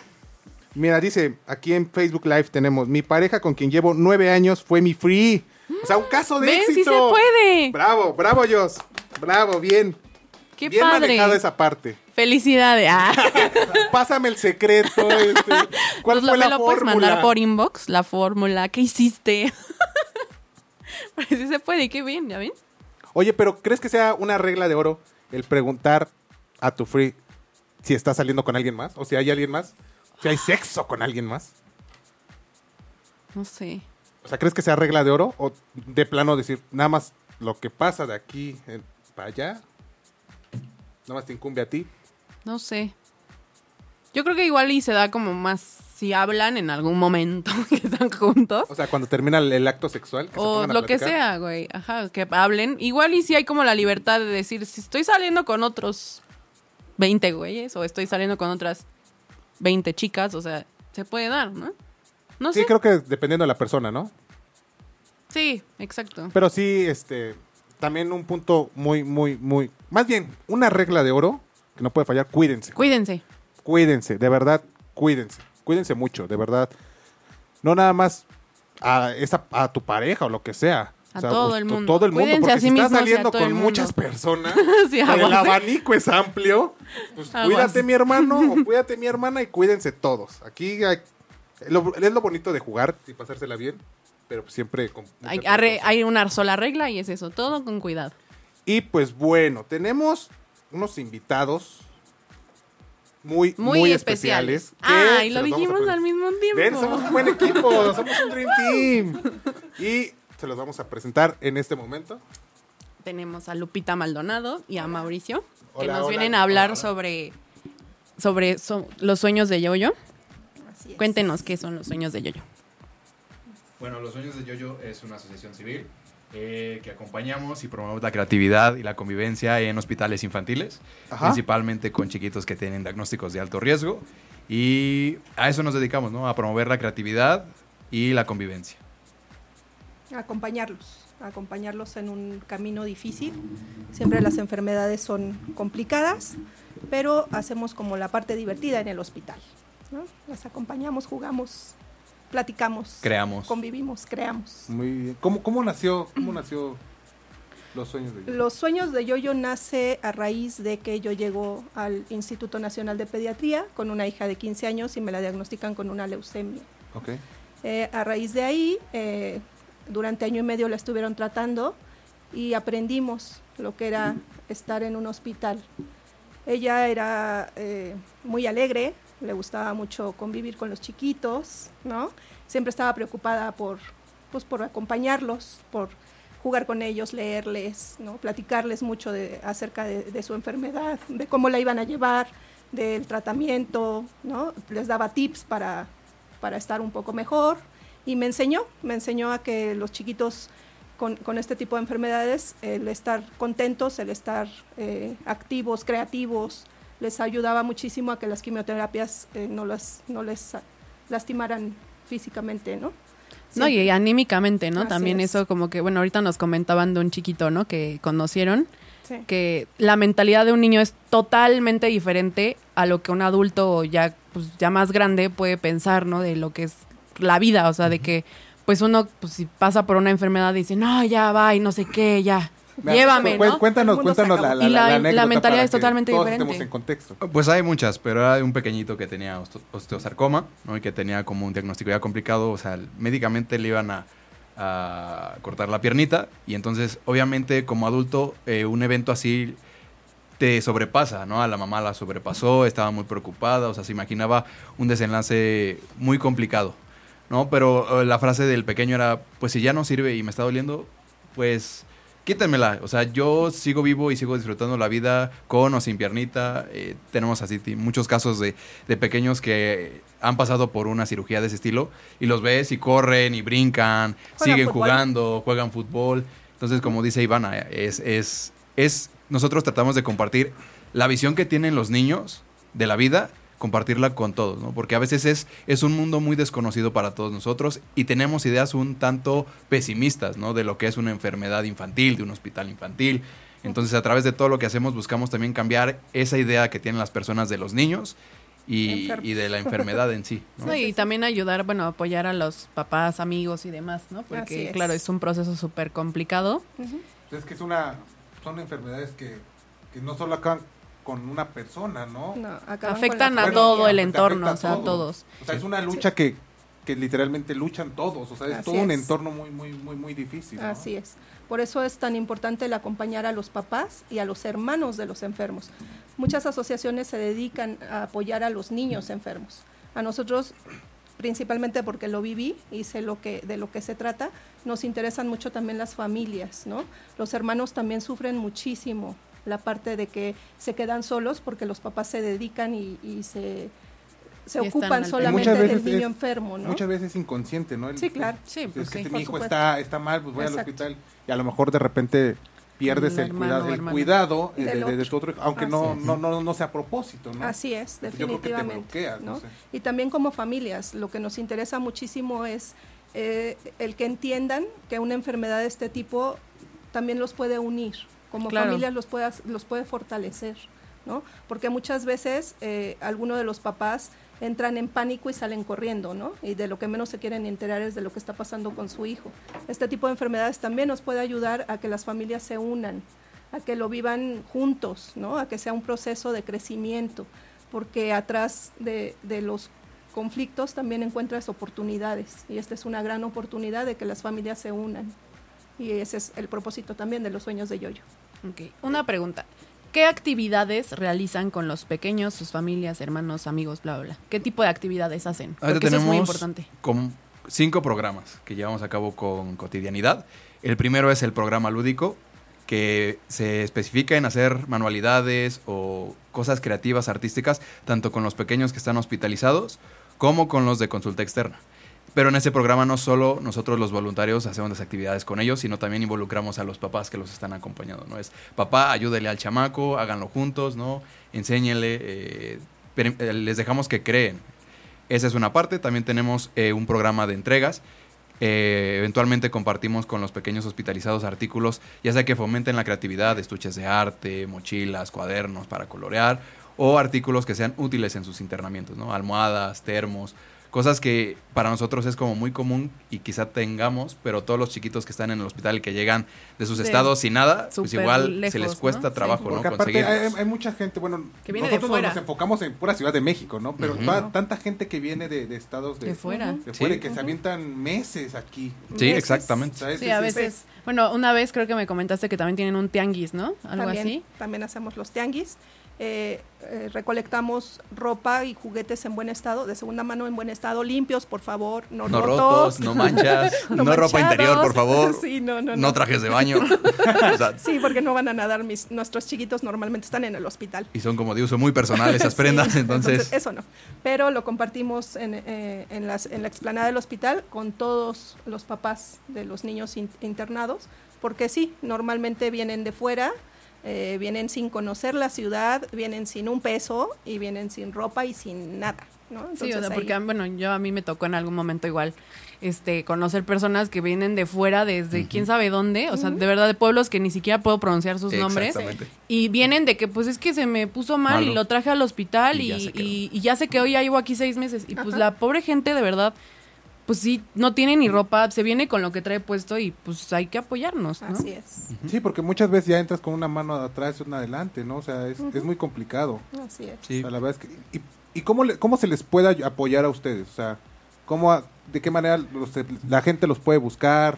Mira, dice, aquí en Facebook Live tenemos, mi pareja con quien llevo nueve años fue mi free. O sea, un caso de ven éxito. si se puede. Bravo, bravo, Jos. Bravo, bien. Qué bien padre. manejada esa parte. Felicidades. Ah. Pásame el secreto. este. ¿Cuál Nos fue Pues lo- me la lo puedes fórmula? mandar por inbox, la fórmula, ¿qué hiciste? Pero sí se puede, qué bien, ¿ya ven? Oye, pero ¿crees que sea una regla de oro el preguntar a tu free si está saliendo con alguien más? O si hay alguien más. Si hay sexo con alguien más. No sé. O sea, ¿crees que sea regla de oro? O de plano decir, nada más lo que pasa de aquí eh, para allá. Nada más te incumbe a ti. No sé. Yo creo que igual y se da como más si hablan en algún momento que están juntos. O sea, cuando termina el, el acto sexual. que se O pongan a lo que platicar. sea, güey. Ajá, que hablen. Igual y si hay como la libertad de decir, si estoy saliendo con otros 20 güeyes o estoy saliendo con otras 20 chicas, o sea, se puede dar, ¿no? No Sí, sé. creo que dependiendo de la persona, ¿no? Sí, exacto. Pero sí, este, también un punto muy, muy, muy... Más bien, una regla de oro que no puede fallar, cuídense. Cuídense. Cuídense, de verdad, cuídense. Cuídense mucho, de verdad. No nada más a, esa, a tu pareja o lo que sea. A O sea, todo o- el to- mundo. Todo el mundo, Cuídense porque a sí si estás mismos y a saliendo todo el con mundo. muchas personas, Sí, o el aguas. abanico es amplio, pues Aguas. cuídate mi hermano o cuídate mi hermana y cuídense todos. Aquí hay- lo- es lo bonito de jugar y pasársela bien, pero siempre con... mucha Hay, arre- precaución. hay una sola regla y es eso, todo con cuidado. Y pues bueno, tenemos unos invitados muy, muy, Muy, especiales. especiales. que Ah, y se lo los vamos a dijimos pre- al mismo tiempo. Ven, somos un buen equipo, somos un Dream Team. Y se los vamos a presentar en este momento. Tenemos a Lupita Maldonado y a Mauricio, que Hola, nos hola. vienen a hablar Hola. sobre, sobre so- los sueños de Yoyo. Así es. Cuéntenos qué son los sueños de Yoyo. Bueno, Los Sueños de Yoyo es una asociación civil eh, que acompañamos y promovemos la creatividad y la convivencia en hospitales infantiles, Ajá. principalmente con chiquitos que tienen diagnósticos de alto riesgo. Y a eso nos dedicamos, ¿no? A promover la creatividad y la convivencia. Acompañarlos, acompañarlos en un camino difícil. Siempre las enfermedades son complicadas, pero hacemos como la parte divertida en el hospital. ¿no? Las acompañamos, jugamos, platicamos, Creamos. convivimos, creamos. Muy bien. ¿Cómo, cómo nació, cómo nació los sueños de Yoyo? Los sueños de Yoyo nace a raíz de que yo llego al Instituto Nacional de Pediatría con una hija de 15 años y me la diagnostican con una leucemia. Ok. Eh, a raíz de ahí, eh, durante año y medio la estuvieron tratando y aprendimos lo que era estar en un hospital. Ella era eh, muy alegre, le gustaba mucho convivir con los chiquitos, ¿no? Siempre estaba preocupada por, pues, por acompañarlos, por jugar con ellos, leerles, ¿no? platicarles mucho de, acerca de, de su enfermedad, de cómo la iban a llevar, del tratamiento, ¿no? les daba tips para, para estar un poco mejor y me enseñó, me enseñó a que los chiquitos con, con este tipo de enfermedades, el estar contentos, el estar eh, activos, creativos, les ayudaba muchísimo a que las quimioterapias eh, no, las, no les ah, lastimaran físicamente, ¿no? No, Sí. y anímicamente, ¿no? Así También es. eso como que, bueno, ahorita nos comentaban de un chiquito, ¿no? Que conocieron, Sí. que la mentalidad de un niño es totalmente diferente a lo que un adulto ya, pues, ya más grande puede pensar, ¿no? De lo que es la vida, o sea, de que, pues uno, pues si pasa por una enfermedad, dice, no, ya va y no sé qué, ya, llévame, Cu- ¿no? El Cuéntanos, mundo cuéntanos se la, acabó. la, Y la- la anécdota mentalidad para es que totalmente todos diferente. estemos en contexto. Pues hay muchas, pero era de un pequeñito que tenía oste- osteosarcoma, ¿no? Y que tenía como un diagnóstico ya complicado, o sea, el- médicamente le iban a, a cortar la piernita y entonces, obviamente, como adulto, eh, un evento así te sobrepasa, ¿no? A la mamá la sobrepasó, estaba muy preocupada, o sea, se imaginaba un desenlace muy complicado, ¿no? Pero eh, la frase del pequeño era, pues si ya no sirve y me está doliendo, pues quítenmela. O sea, yo sigo vivo y sigo disfrutando la vida con o sin piernita. Eh, tenemos así ti- muchos casos de, de pequeños que han pasado por una cirugía de ese estilo y los ves y corren y brincan, Juegan siguen fútbol. jugando, juegan fútbol. Entonces, como dice Ivana, es, es, es, nosotros tratamos de compartir la visión que tienen los niños de la vida, compartirla con todos, ¿no? Porque a veces es, es un mundo muy desconocido para todos nosotros y tenemos ideas un tanto pesimistas, ¿no? De lo que es una enfermedad infantil, de un hospital infantil. Entonces, a través de todo lo que hacemos, buscamos también cambiar esa idea que tienen las personas de los niños y, Enfermos. y de la enfermedad en sí. ¿no? No, y también ayudar, bueno, apoyar a los papás, amigos y demás, ¿no? Así Porque, es. claro, es un proceso súper complicado. Ujú. Es que es una, son enfermedades que, que no solo acaban con una persona, ¿no? No, acaban con la Afectan a familia. todo el te entorno, afecta a o sea, a todos. O sea, es una lucha que, que literalmente luchan todos, o sea, es Así todo un es. entorno muy, muy, muy, muy difícil. ¿no? Así es. Por eso es tan importante el acompañar a los papás y a los hermanos de los enfermos. Muchas asociaciones se dedican a apoyar a los niños enfermos. A nosotros, principalmente porque lo viví y sé lo que, de lo que se trata, nos interesan mucho también las familias, ¿no? Los hermanos también sufren muchísimo la parte de que se quedan solos porque los papás se dedican y, y se, se Y están ocupan al- solamente Muchas del veces niño es- enfermo, ¿no? Muchas veces inconsciente, ¿no? El- Sí, claro. Sí, es pues que sí. este, Por mi hijo supuesto. está, está mal, pues voy Exacto. al hospital y a lo mejor de repente pierdes El el, hermano cuidado, o el hermana. cuidado eh, Del de, de- de otro. tu otro hijo, aunque Así no, es. no, no, no sea a propósito, ¿no? Así es, Yo creo que te definitivamente. bloqueas, no ¿no? sé. Y también como familias, lo que nos interesa muchísimo es eh, el que entiendan que una enfermedad de este tipo también los puede unir, como Claro. familias los puede, hac- los puede fortalecer, ¿no? Porque muchas veces eh, alguno de los papás entran en pánico y salen corriendo, ¿no? Y de lo que menos se quieren enterar es de lo que está pasando con su hijo. Este tipo de enfermedades también nos puede ayudar a que las familias se unan, a que lo vivan juntos, ¿no? A que sea un proceso de crecimiento, porque atrás de, de los conflictos también encuentras oportunidades y esta es una gran oportunidad de que las familias se unan. Y ese es el propósito también de los sueños de Yoyo. Ok, una pregunta. ¿Qué actividades realizan con los pequeños, sus familias, hermanos, amigos, bla, bla, bla? ¿Qué tipo de actividades hacen? Ahorita Porque eso es muy tenemos importante. Con cinco programas que llevamos a cabo con cotidianidad. El primero es el programa lúdico, que se especifica en hacer manualidades o cosas creativas, artísticas, tanto con los pequeños que están hospitalizados como con los de consulta externa. Pero en ese programa no solo nosotros los voluntarios hacemos las actividades con ellos, sino también involucramos a los papás que los están acompañando, ¿no? Es, papá, ayúdele al chamaco, háganlo juntos, ¿no? Enséñele, eh, per- eh, les dejamos que creen. Esa es una parte. También tenemos eh, un programa de entregas. Eh, eventualmente compartimos con los pequeños hospitalizados artículos, ya sea que fomenten la creatividad, estuches de arte, mochilas, cuadernos para colorear, o artículos que sean útiles en sus internamientos, ¿no? Almohadas, termos, cosas que para nosotros es como muy común y quizá tengamos, pero todos los chiquitos que están en el hospital y que llegan de sus De estados sin nada, pues súper igual se lejos, les ¿no? cuesta Sí. trabajo, ¿no? Porque aparte eh, Conseguir. hay, hay mucha gente, bueno, Que viene de nosotros nos- fuera. nos enfocamos en pura Ciudad de México, ¿no? Pero Ujú. ta- tanta gente que viene de, de estados de, De fuera. de fuera Sí. y que se avientan meses aquí. Sí, veces- exactamente. ¿sabes? Sí, a veces. Bueno, una vez creo que me comentaste que también tienen un tianguis, ¿no? Algo también, así. También hacemos los tianguis eh, eh, recolectamos ropa y juguetes en buen estado, de segunda mano en buen estado, limpios, por favor, no, No rotos. rotos, no manchas, no, manchados. ropa interior, por favor. Sí, no, no, no, no. trajes de baño. O sea, Sí, porque no van a nadar. Mis, nuestros chiquitos normalmente están en el hospital. y son como de uso muy personal esas prendas, Sí, entonces, Eso no. Pero lo compartimos en, eh, en las- en la explanada del hospital con todos los papás de los niños in- internados, porque sí, normalmente vienen de fuera, eh, vienen sin conocer la ciudad, vienen sin un peso y vienen sin ropa y sin nada. ¿no? Sí, o Entonces, sea, ahí- porque bueno, yo a mí me tocó en algún momento igual este conocer personas que vienen de fuera desde quién sabe dónde, o sea, de verdad de pueblos que ni siquiera puedo pronunciar sus nombres Exactamente. y vienen de que pues es que se me puso mal y Malo. lo traje al hospital Y y, ya se quedó. y- y ya se quedó, ya llevo aquí seis meses y pues la pobre gente de verdad pues sí, no tiene ni ropa, se viene con lo que trae puesto y pues hay que apoyarnos, ¿no? Así es, Sí, porque muchas veces ya entras con una mano de atrás y una adelante, ¿no? O sea, es, es muy complicado. así es. Sí. O sea, la verdad es que- ¿Y, y cómo, le- cómo se les puede ay- apoyar a ustedes? O sea, ¿cómo, a- ¿de qué manera los- la gente los puede buscar?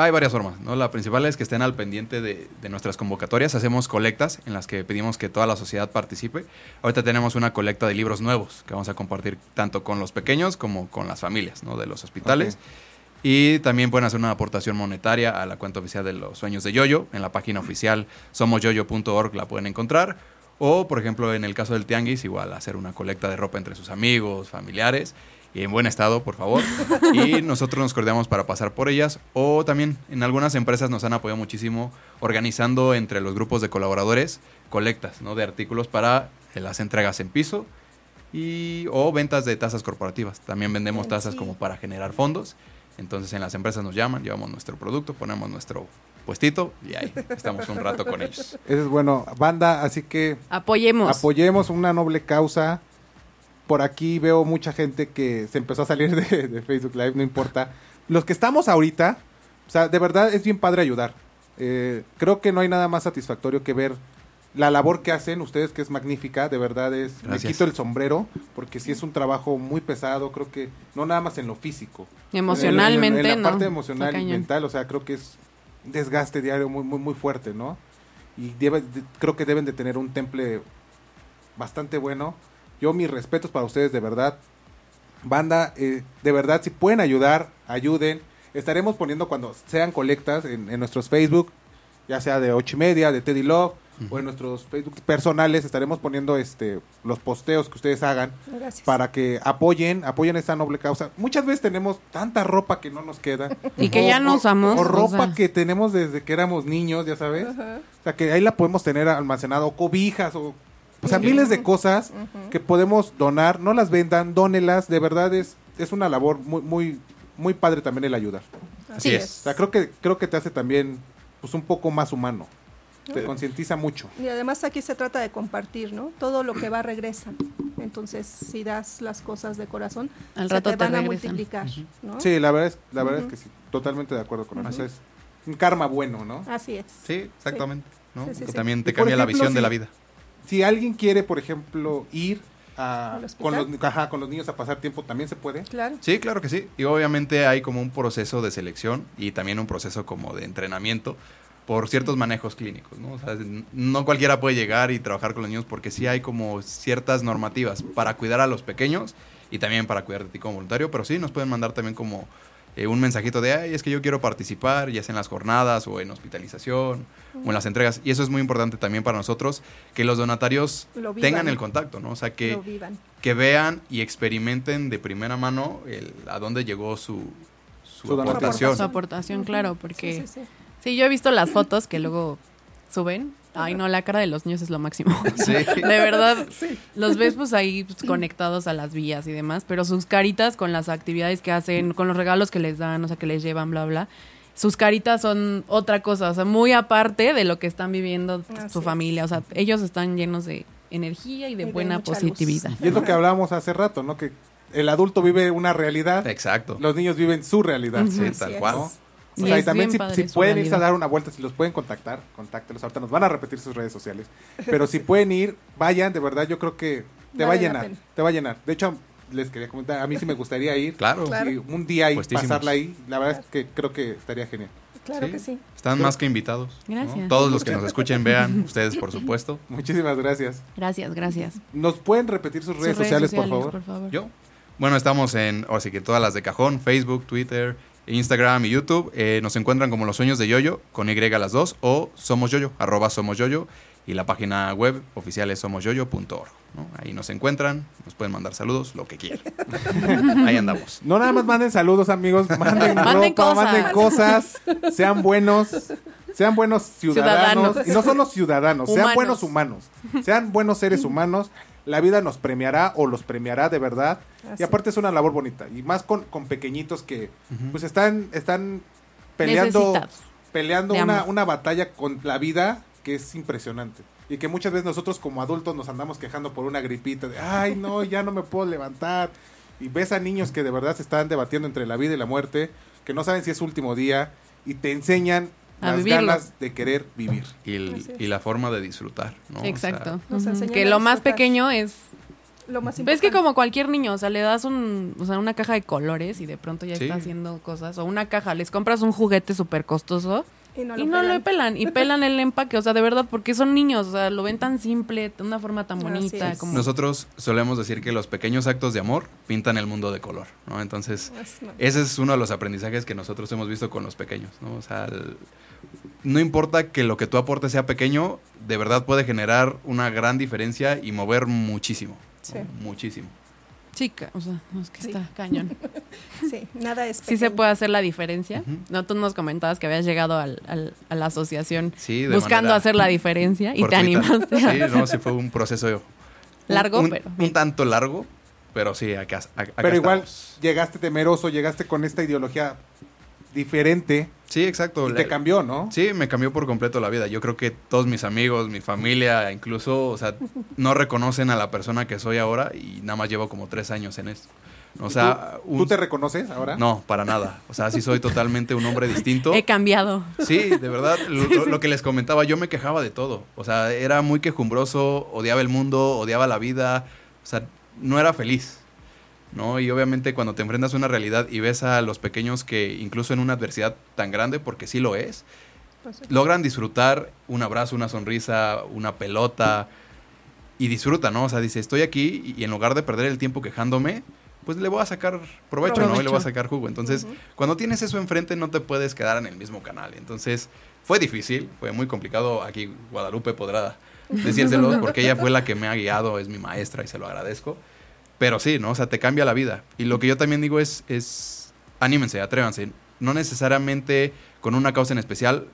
Hay varias formas, ¿no? La principal es que estén al pendiente de, de nuestras convocatorias. Hacemos colectas en las que pedimos que toda la sociedad participe. Ahorita tenemos una colecta de libros nuevos que vamos a compartir tanto con los pequeños como con las familias, ¿no? De los hospitales. Y también pueden hacer una aportación monetaria a la cuenta oficial de los sueños de Yoyo. En la página oficial somosyoyo.org la pueden encontrar. O, por ejemplo, en el caso del Tianguis, igual hacer una colecta de ropa entre sus amigos, familiares. Y en buen estado, por favor. Y nosotros nos coordinamos para pasar por ellas. O también en algunas empresas nos han apoyado muchísimo organizando entre los grupos de colaboradores colectas ¿no? de artículos para eh, las entregas en piso y o ventas de tasas corporativas. También vendemos Sí. tasas como para generar fondos. Entonces en las empresas nos llaman, llevamos nuestro producto, ponemos nuestro puestito y ahí estamos un rato con ellos. Eso es bueno, banda, así que Apoyemos. apoyemos una noble causa. Por aquí veo mucha gente que se empezó a salir de, de Facebook Live, no importa. Los que estamos ahorita, o sea, de verdad es bien padre ayudar. Eh, creo que no hay nada más satisfactorio que ver la labor que hacen ustedes, que es magnífica, de verdad es... Me Gracias. quito el sombrero, porque sí es un trabajo muy pesado, creo que no nada más en lo físico. Emocionalmente, En, la- en la ¿no? parte Está emocional y cañón. mental, o sea, creo que es un desgaste diario muy, muy, muy fuerte, ¿no? Y debe- de- creo que deben de tener un temple bastante bueno. Yo mis respetos para ustedes, de verdad. Banda, eh, de verdad, si pueden ayudar, ayuden. Estaremos poniendo cuando sean colectas en, en nuestros Facebook, ya sea de ocho y media, de Teddy Love, o en nuestros Facebook personales, estaremos poniendo este los posteos que ustedes hagan Gracias. para que apoyen, apoyen esta noble causa. Muchas veces tenemos tanta ropa que no nos queda. Y que ya no usamos, O o ropa sea. que tenemos desde que éramos niños, ya sabes. O sea, que ahí la podemos tener almacenada, o cobijas, o... O sea, miles de cosas que podemos donar. No las vendan, dónelas. De verdad es, es una labor muy, muy, muy padre también el ayudar. Así es. O sea, creo que, creo que te hace también pues un poco más humano. Te concientiza mucho. Y además aquí se trata de compartir, ¿no? Todo lo que va regresa. Entonces, si das las cosas de corazón, Al se rato te te van a regresan. multiplicar, ¿no? Sí, la verdad es, la verdad es que sí. Totalmente de acuerdo con eso. Es un karma bueno, ¿no? Así es. Sí, exactamente. ¿no? Sí, sí, Que sí. También Y te por cambia la ejemplo, visión si- de la vida. si alguien quiere, por ejemplo, ir a, ¿Al hospital? con, los, ajá, con los niños a pasar tiempo, también se puede. Claro. Sí, claro que sí. Y obviamente hay como un proceso de selección y también un proceso como de entrenamiento por ciertos manejos clínicos, ¿no? O sea, n- no cualquiera puede llegar y trabajar con los niños porque sí hay como ciertas normativas para cuidar a los pequeños y también para cuidar de ti como voluntario, pero sí nos pueden mandar también como eh, un mensajito de, ay, es que yo quiero participar, ya sea en las jornadas o en hospitalización o en las entregas. Y eso es muy importante también para nosotros, que los donatarios Lo vivan. tengan el contacto, ¿no? O sea, que Lo vivan. que vean y experimenten de primera mano el, a dónde llegó su, su, Su donación. aportación. Su aportación, claro, porque Sí, sí, sí. Sí, yo he visto las fotos que luego suben. Ay, no, la cara de los niños es lo máximo. Sí. De verdad, los ves pues ahí pues, conectados a las vías y demás, pero sus caritas con las actividades que hacen, con los regalos que les dan, o sea, que les llevan, bla, bla. Sus caritas son otra cosa, o sea, muy aparte de lo que están viviendo Así su es. familia. O sea, ellos están llenos de energía y de Y de buena mucha luz. positividad. Y es lo que hablábamos hace rato, ¿no? Que el adulto vive una realidad, Exacto. los niños viven su realidad. Sí, Así tal es. cual. ¿no? Y o sea, y es también bien si, padre si su pueden irse a realidad. dar una vuelta, si los pueden contactar, contáctelos. Ahorita nos van a repetir sus redes sociales. Pero si pueden ir, vayan, de verdad, yo creo que te va a Vale la llenar, pena. te va a llenar. De hecho, les quería comentar, a mí sí me gustaría ir. Claro. Claro. Y un día y Puestísimos. pasarla ahí, la verdad es que creo que estaría genial. Claro que sí. Están más que invitados. ¿no? Gracias. Todos los que nos escuchen, vean, ustedes por supuesto. Muchísimas gracias. Gracias, gracias. Sus ¿Nos pueden repetir sus redes, sociales, por favor? Yo. Bueno, estamos en, así que todas las de cajón, Facebook, Twitter, Instagram y YouTube. Eh, nos encuentran como Los Sueños de Yoyo, con Y a las dos, o Somos Yoyo, arroba Somos Yoyo. Y la página web oficial es somosyoyo.org. ¿no? Ahí nos encuentran, nos pueden mandar saludos, lo que quieran. Ahí andamos. No nada más manden saludos, amigos. Manden, Manden ropa, cosas. manden cosas. Sean buenos. Sean buenos ciudadanos. Ciudadanos. Y no solo ciudadanos, sean Humanos. buenos humanos. Sean buenos seres humanos. La vida nos premiará o los premiará de verdad. Y Así aparte es una labor bonita. Y más con, con pequeñitos que pues están, están peleando, Necesitados. peleando De una, amor. una batalla con la vida que es impresionante. Y que muchas veces nosotros como adultos nos andamos quejando por una gripita de, ay no, ya no me puedo levantar. Y ves a niños que de verdad se están debatiendo entre la vida y la muerte, que no saben si es su último día, y te enseñan A las vivirlo. ganas de querer vivir. Y, el- Así es. y la forma de disfrutar. ¿no? O sea, Exacto. Nos Ujú. enseñan Que a lo más disfrutar. pequeño es Lo más Ves importante. que como cualquier niño, o sea, le das un, o sea, una caja de colores y de pronto ya Sí. está haciendo cosas. O una caja, les compras un juguete súper costoso Y no lo y no pelan. lo pelan. Y pelan el empaque, o sea, de verdad, porque son niños, o sea, lo ven tan simple, de una forma tan Así bonita. es. Como... Nosotros solemos decir que los pequeños actos de amor pintan el mundo de color, ¿no? Entonces, Pues, no. ese es uno de los aprendizajes que nosotros hemos visto con los pequeños, ¿no? O sea, el- no importa que lo que tú aportes sea pequeño, de verdad puede generar una gran diferencia y mover muchísimo. Sí. ¿no? Muchísimo. Chica, o sea, no, es que Sí. está cañón. Sí, nada es Eh, Sí se pequeño. puede hacer la diferencia. Ujú. No, tú nos comentabas que habías llegado al- al- a la asociación Sí, de buscando manera hacer la diferencia y te fortuita. animaste. a- Sí, no, sí fue un proceso Largo, un- pero un tanto largo, pero sí, acá, acá- acá Pero igual estamos. llegaste temeroso, llegaste con esta ideología diferente Sí, exacto. y La- te cambió, ¿no? Sí, me cambió por completo la vida. Yo creo que todos mis amigos, mi familia, incluso, o sea, no reconocen a la persona que soy ahora y nada más llevo como tres años en esto. O sea, ¿Tú un- te reconoces ahora? no, para nada. O sea, sí soy totalmente un hombre distinto. he cambiado. Sí, de verdad, lo, lo- lo que les comentaba, yo me quejaba de todo. O sea, era muy quejumbroso, odiaba el mundo, odiaba la vida, o sea, no era feliz. ¿No? Y obviamente cuando te enfrentas a una realidad y ves a los pequeños que incluso en una adversidad tan grande, porque sí lo es, Pues, sí. logran disfrutar un abrazo, una sonrisa, una pelota y disfrutan, ¿no? O sea, dice, estoy aquí y- y en lugar de perder el tiempo quejándome, pues le voy a sacar provecho, ¿no? Y le voy a Provecho. sacar jugo. Entonces, cuando tienes eso enfrente, no te puedes quedar en el mismo canal. Entonces, fue difícil, fue muy complicado. Aquí Guadalupe podrá decírselo porque ella fue la que me ha guiado, es mi maestra y se lo agradezco. Pero sí, ¿no? O sea, te cambia la vida. Y lo que yo también digo es, es anímense, atrévanse. No necesariamente con una causa en especial,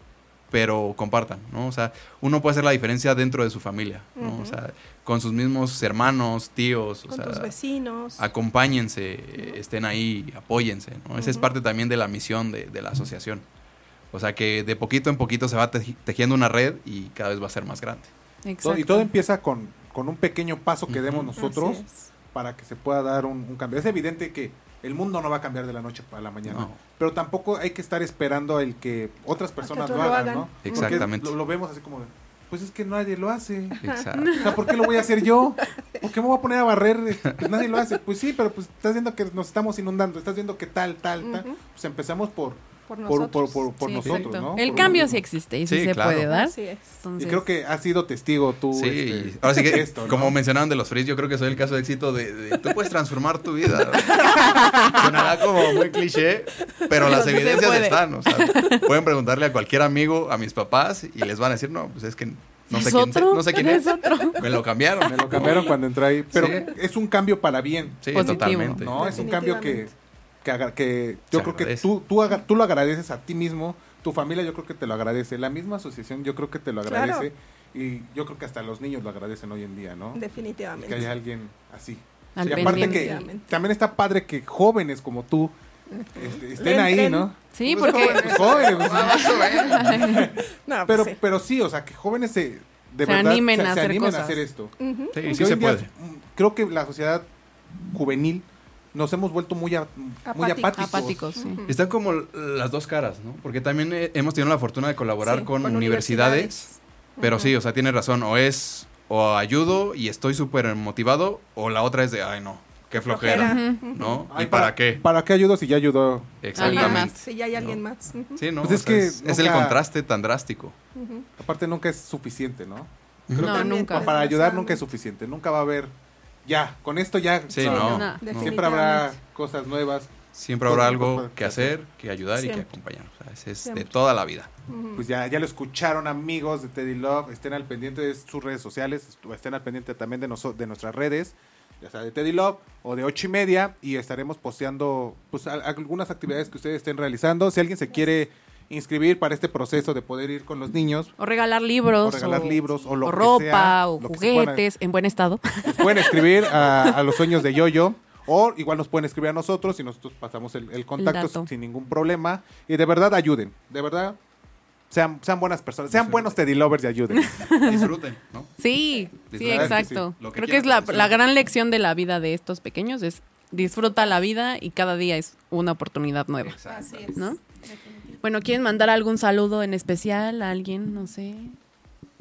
pero compartan, ¿no? O sea, uno puede hacer la diferencia dentro de su familia, ¿no? O sea, con sus mismos hermanos, tíos, o Con sea, tus vecinos. acompáñense, eh, estén ahí, apóyense, ¿no? Esa es parte también de la misión de, de la asociación. O sea, que de poquito en poquito se va tej- tejiendo una red y cada vez va a ser más grande. Todo- Exacto. y todo empieza con, con un pequeño paso que demos Así nosotros es. para que se pueda dar un, un cambio. Es evidente que el mundo no va a cambiar de la noche para la mañana, No. pero tampoco hay que estar esperando el que otras personas tú lo, lo hagan, hagan. ¿no? Porque Exactamente. Lo, lo vemos así como, de, pues es que nadie lo hace. Exacto. O sea, ¿por qué lo voy a hacer yo? ¿Por qué me voy a poner a barrer? Este, Pues nadie lo hace. Pues sí, pero pues estás viendo que nos estamos inundando, estás viendo que tal, tal, tal. Ujú. Pues empezamos por, por, Por por, nosotros. por, por Sí, nosotros, exacto. ¿no? El Por- cambio sí existe y sí, Sí, se claro. puede dar. Así es. Y Entonces, creo que has sido testigo tú. Sí, este, ahora sí que, de esto, ¿no? como mencionaban de los frizz, yo creo que soy el caso de éxito de, de- tú puedes transformar tu vida. Sonará como muy cliché, pero, las sí se evidencias puede. están. O sea, pueden preguntarle a cualquier amigo, a mis papás, y les van a decir, no, pues es que no sé ¿Es quién, otro? no sé quién ¿Es es. otro? Me lo cambiaron. Me lo cambiaron cuando entré ahí. Pero Sí. es un cambio para bien. Sí, Positivo. totalmente. No, es un cambio que, que, agra- que yo Se creo que agradece. tú, tú, agra- tú lo agradeces a ti mismo, tu familia yo creo que te lo agradece, la misma asociación yo creo que te lo Claro. agradece y yo creo que hasta los niños lo agradecen hoy en día, ¿no? Que Definitivamente. haya alguien así. al Sí, Y aparte que Definitivamente. también está padre que jóvenes como tú este, estén Le ahí, entren. ¿no? Sí, Pues, porque Pues jóvenes, pues, No, pero, pues sí. pero sí, o sea, que jóvenes se, de Se verdad, animen se, a se hacer animen a cosas. hacer esto. Ujú. Sí, Porque sí hoy se en día, puede. mm, creo que la sociedad juvenil nos hemos vuelto muy, a- muy Apáticos. apáticos. apáticos, sí. Están como l- las dos caras, ¿no? Porque también eh, hemos tenido la fortuna de colaborar Sí, con, universidades, pero sí, o sea, tiene razón, o es o ayudo y estoy súper motivado, o la otra es de, ay no, qué flojera, Flojera. ¿no? Ay, ¿Y para qué? ¿para qué ayudo si ya ayudó? Alguien Exactamente. más. Si ya hay alguien más. Ujú. Sí, ¿no? Pues es O sea, que es, es el nunca- contraste tan drástico. Aparte nunca es suficiente, ¿no? No, También, nunca. pues, Para o ayudar sea, nunca es suficiente, nunca va a haber ya, con esto ya Sí, no. no. no. no. siempre habrá cosas nuevas. Siempre habrá algo Siempre. que hacer, que ayudar y Siempre. que acompañar. O sea, ese es de Siempre. toda la vida. Pues ya, ya lo escucharon amigos de Teddy Love, estén al pendiente de sus redes sociales, estu- estén al pendiente también de, noso- de nuestras redes, ya sea de Teddy Love o de ocho y media, y estaremos posteando pues, al- algunas actividades que ustedes estén realizando. Si alguien se quiere inscribir para este proceso de poder ir con los niños, O regalar libros. O regalar libros, o lo que ropa, sea, o lo que se pueda. juguetes, en buen estado. nos pueden escribir a, a los sueños de Yoyo. O igual nos pueden escribir a nosotros y nosotros pasamos el, el contacto dato. sin ningún problema. Y de verdad ayuden, de verdad. Sean, sean buenas personas, sean buenos Teddy Lovers y ayuden. Disfruten, ¿no? Sí, sí, Disfrutar, exacto. sí, lo que Creo que quieras, es la, pero sí. la gran lección de la vida de estos pequeños, es disfruta la vida y cada día es una oportunidad nueva, Así es. ¿no? Bueno, ¿quieren mandar algún saludo en especial a alguien? No sé.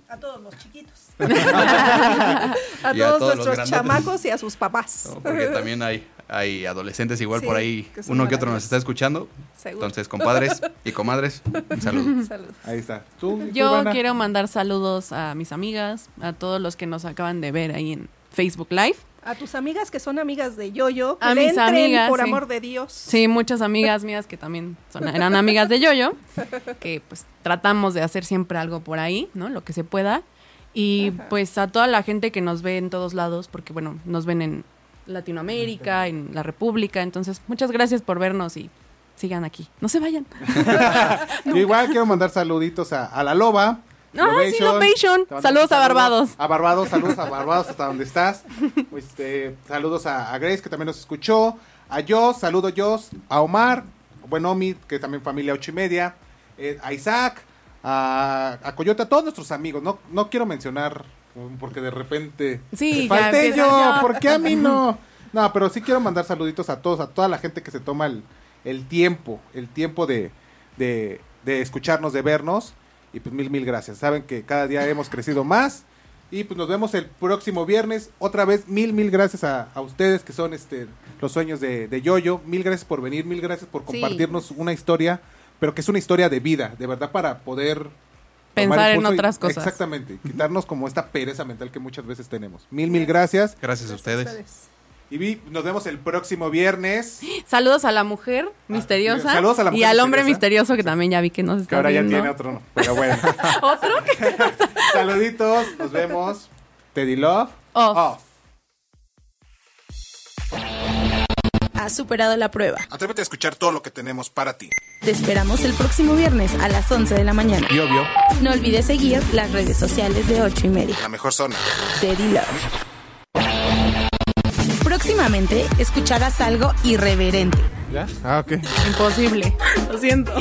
A todos los chiquitos. a a todos todos los nuestros grandotes. chamacos y a sus papás. ¿no? pues, Porque también hay, hay adolescentes igual Sí, por ahí, que son uno que otro maravillosos. nos está escuchando. Seguro. Entonces, compadres y comadres, un saludo. Salud. Ahí está. ¿Tú, tú, Yo Ivana? quiero mandar saludos a mis amigas, a todos los que nos acaban de ver ahí en Facebook Live. A tus amigas que son amigas de Yoyo. que A le mis entren, amigas, Por sí. amor de Dios. Sí, muchas amigas mías que también son- eran amigas de Yoyo, que pues tratamos de hacer siempre algo por ahí, ¿no? Lo que se pueda. Y pues a toda la gente que nos ve en todos lados, porque bueno, nos ven en Latinoamérica, en la República, entonces muchas gracias por vernos y sigan aquí. No se vayan. Yo igual quiero mandar saluditos a, a la loba. Ah, sí, Lovation. Te mandamos un Saludos a saludo Barbados. A Barbados, saludos a Barbados hasta donde estás. Este, saludos a, a Grace que también nos escuchó. A Jos, saludo Jos. A Omar, bueno, Omi, que también familia ocho y media. eh, a Isaac, a, a Coyote, a todos nuestros amigos. No, no quiero mencionar um, porque de repente. Sí, ya falté empieza, yo, yo. ¿por qué a mí no? No, pero sí quiero mandar saluditos a todos, a toda la gente que se toma el, el tiempo, el tiempo de, de, de escucharnos, de vernos. Y pues mil, mil gracias. Saben que cada día hemos crecido más. Y pues nos vemos el próximo viernes. Otra vez, mil, mil gracias a, a ustedes que son este los sueños de, de Yoyo. Mil gracias por venir, mil gracias por Sí. compartirnos una historia, pero que es una historia de vida, de verdad, para poder Pensar tomar en impulso y- otras cosas. Exactamente, quitarnos como esta pereza mental que muchas veces tenemos. Mil, mil gracias. Gracias a ustedes. Y vi, nos vemos el próximo viernes. Saludos a la mujer misteriosa saludos a la y mujer al hombre misteriosa. misterioso que también ya vi que nos Que está ahora ya viendo. tiene otro, pero bueno. ¿Otro? Saluditos, nos vemos. Teddy Love. Off. Has superado la prueba. Atrévete a escuchar todo lo que tenemos para ti. Te esperamos el próximo viernes a las 11 de la mañana. Y obvio, No olvides seguir las redes sociales de 8 y media. La mejor zona. Teddy Love. Próximamente escucharás algo irreverente. Ah, ok. Imposible. Lo siento.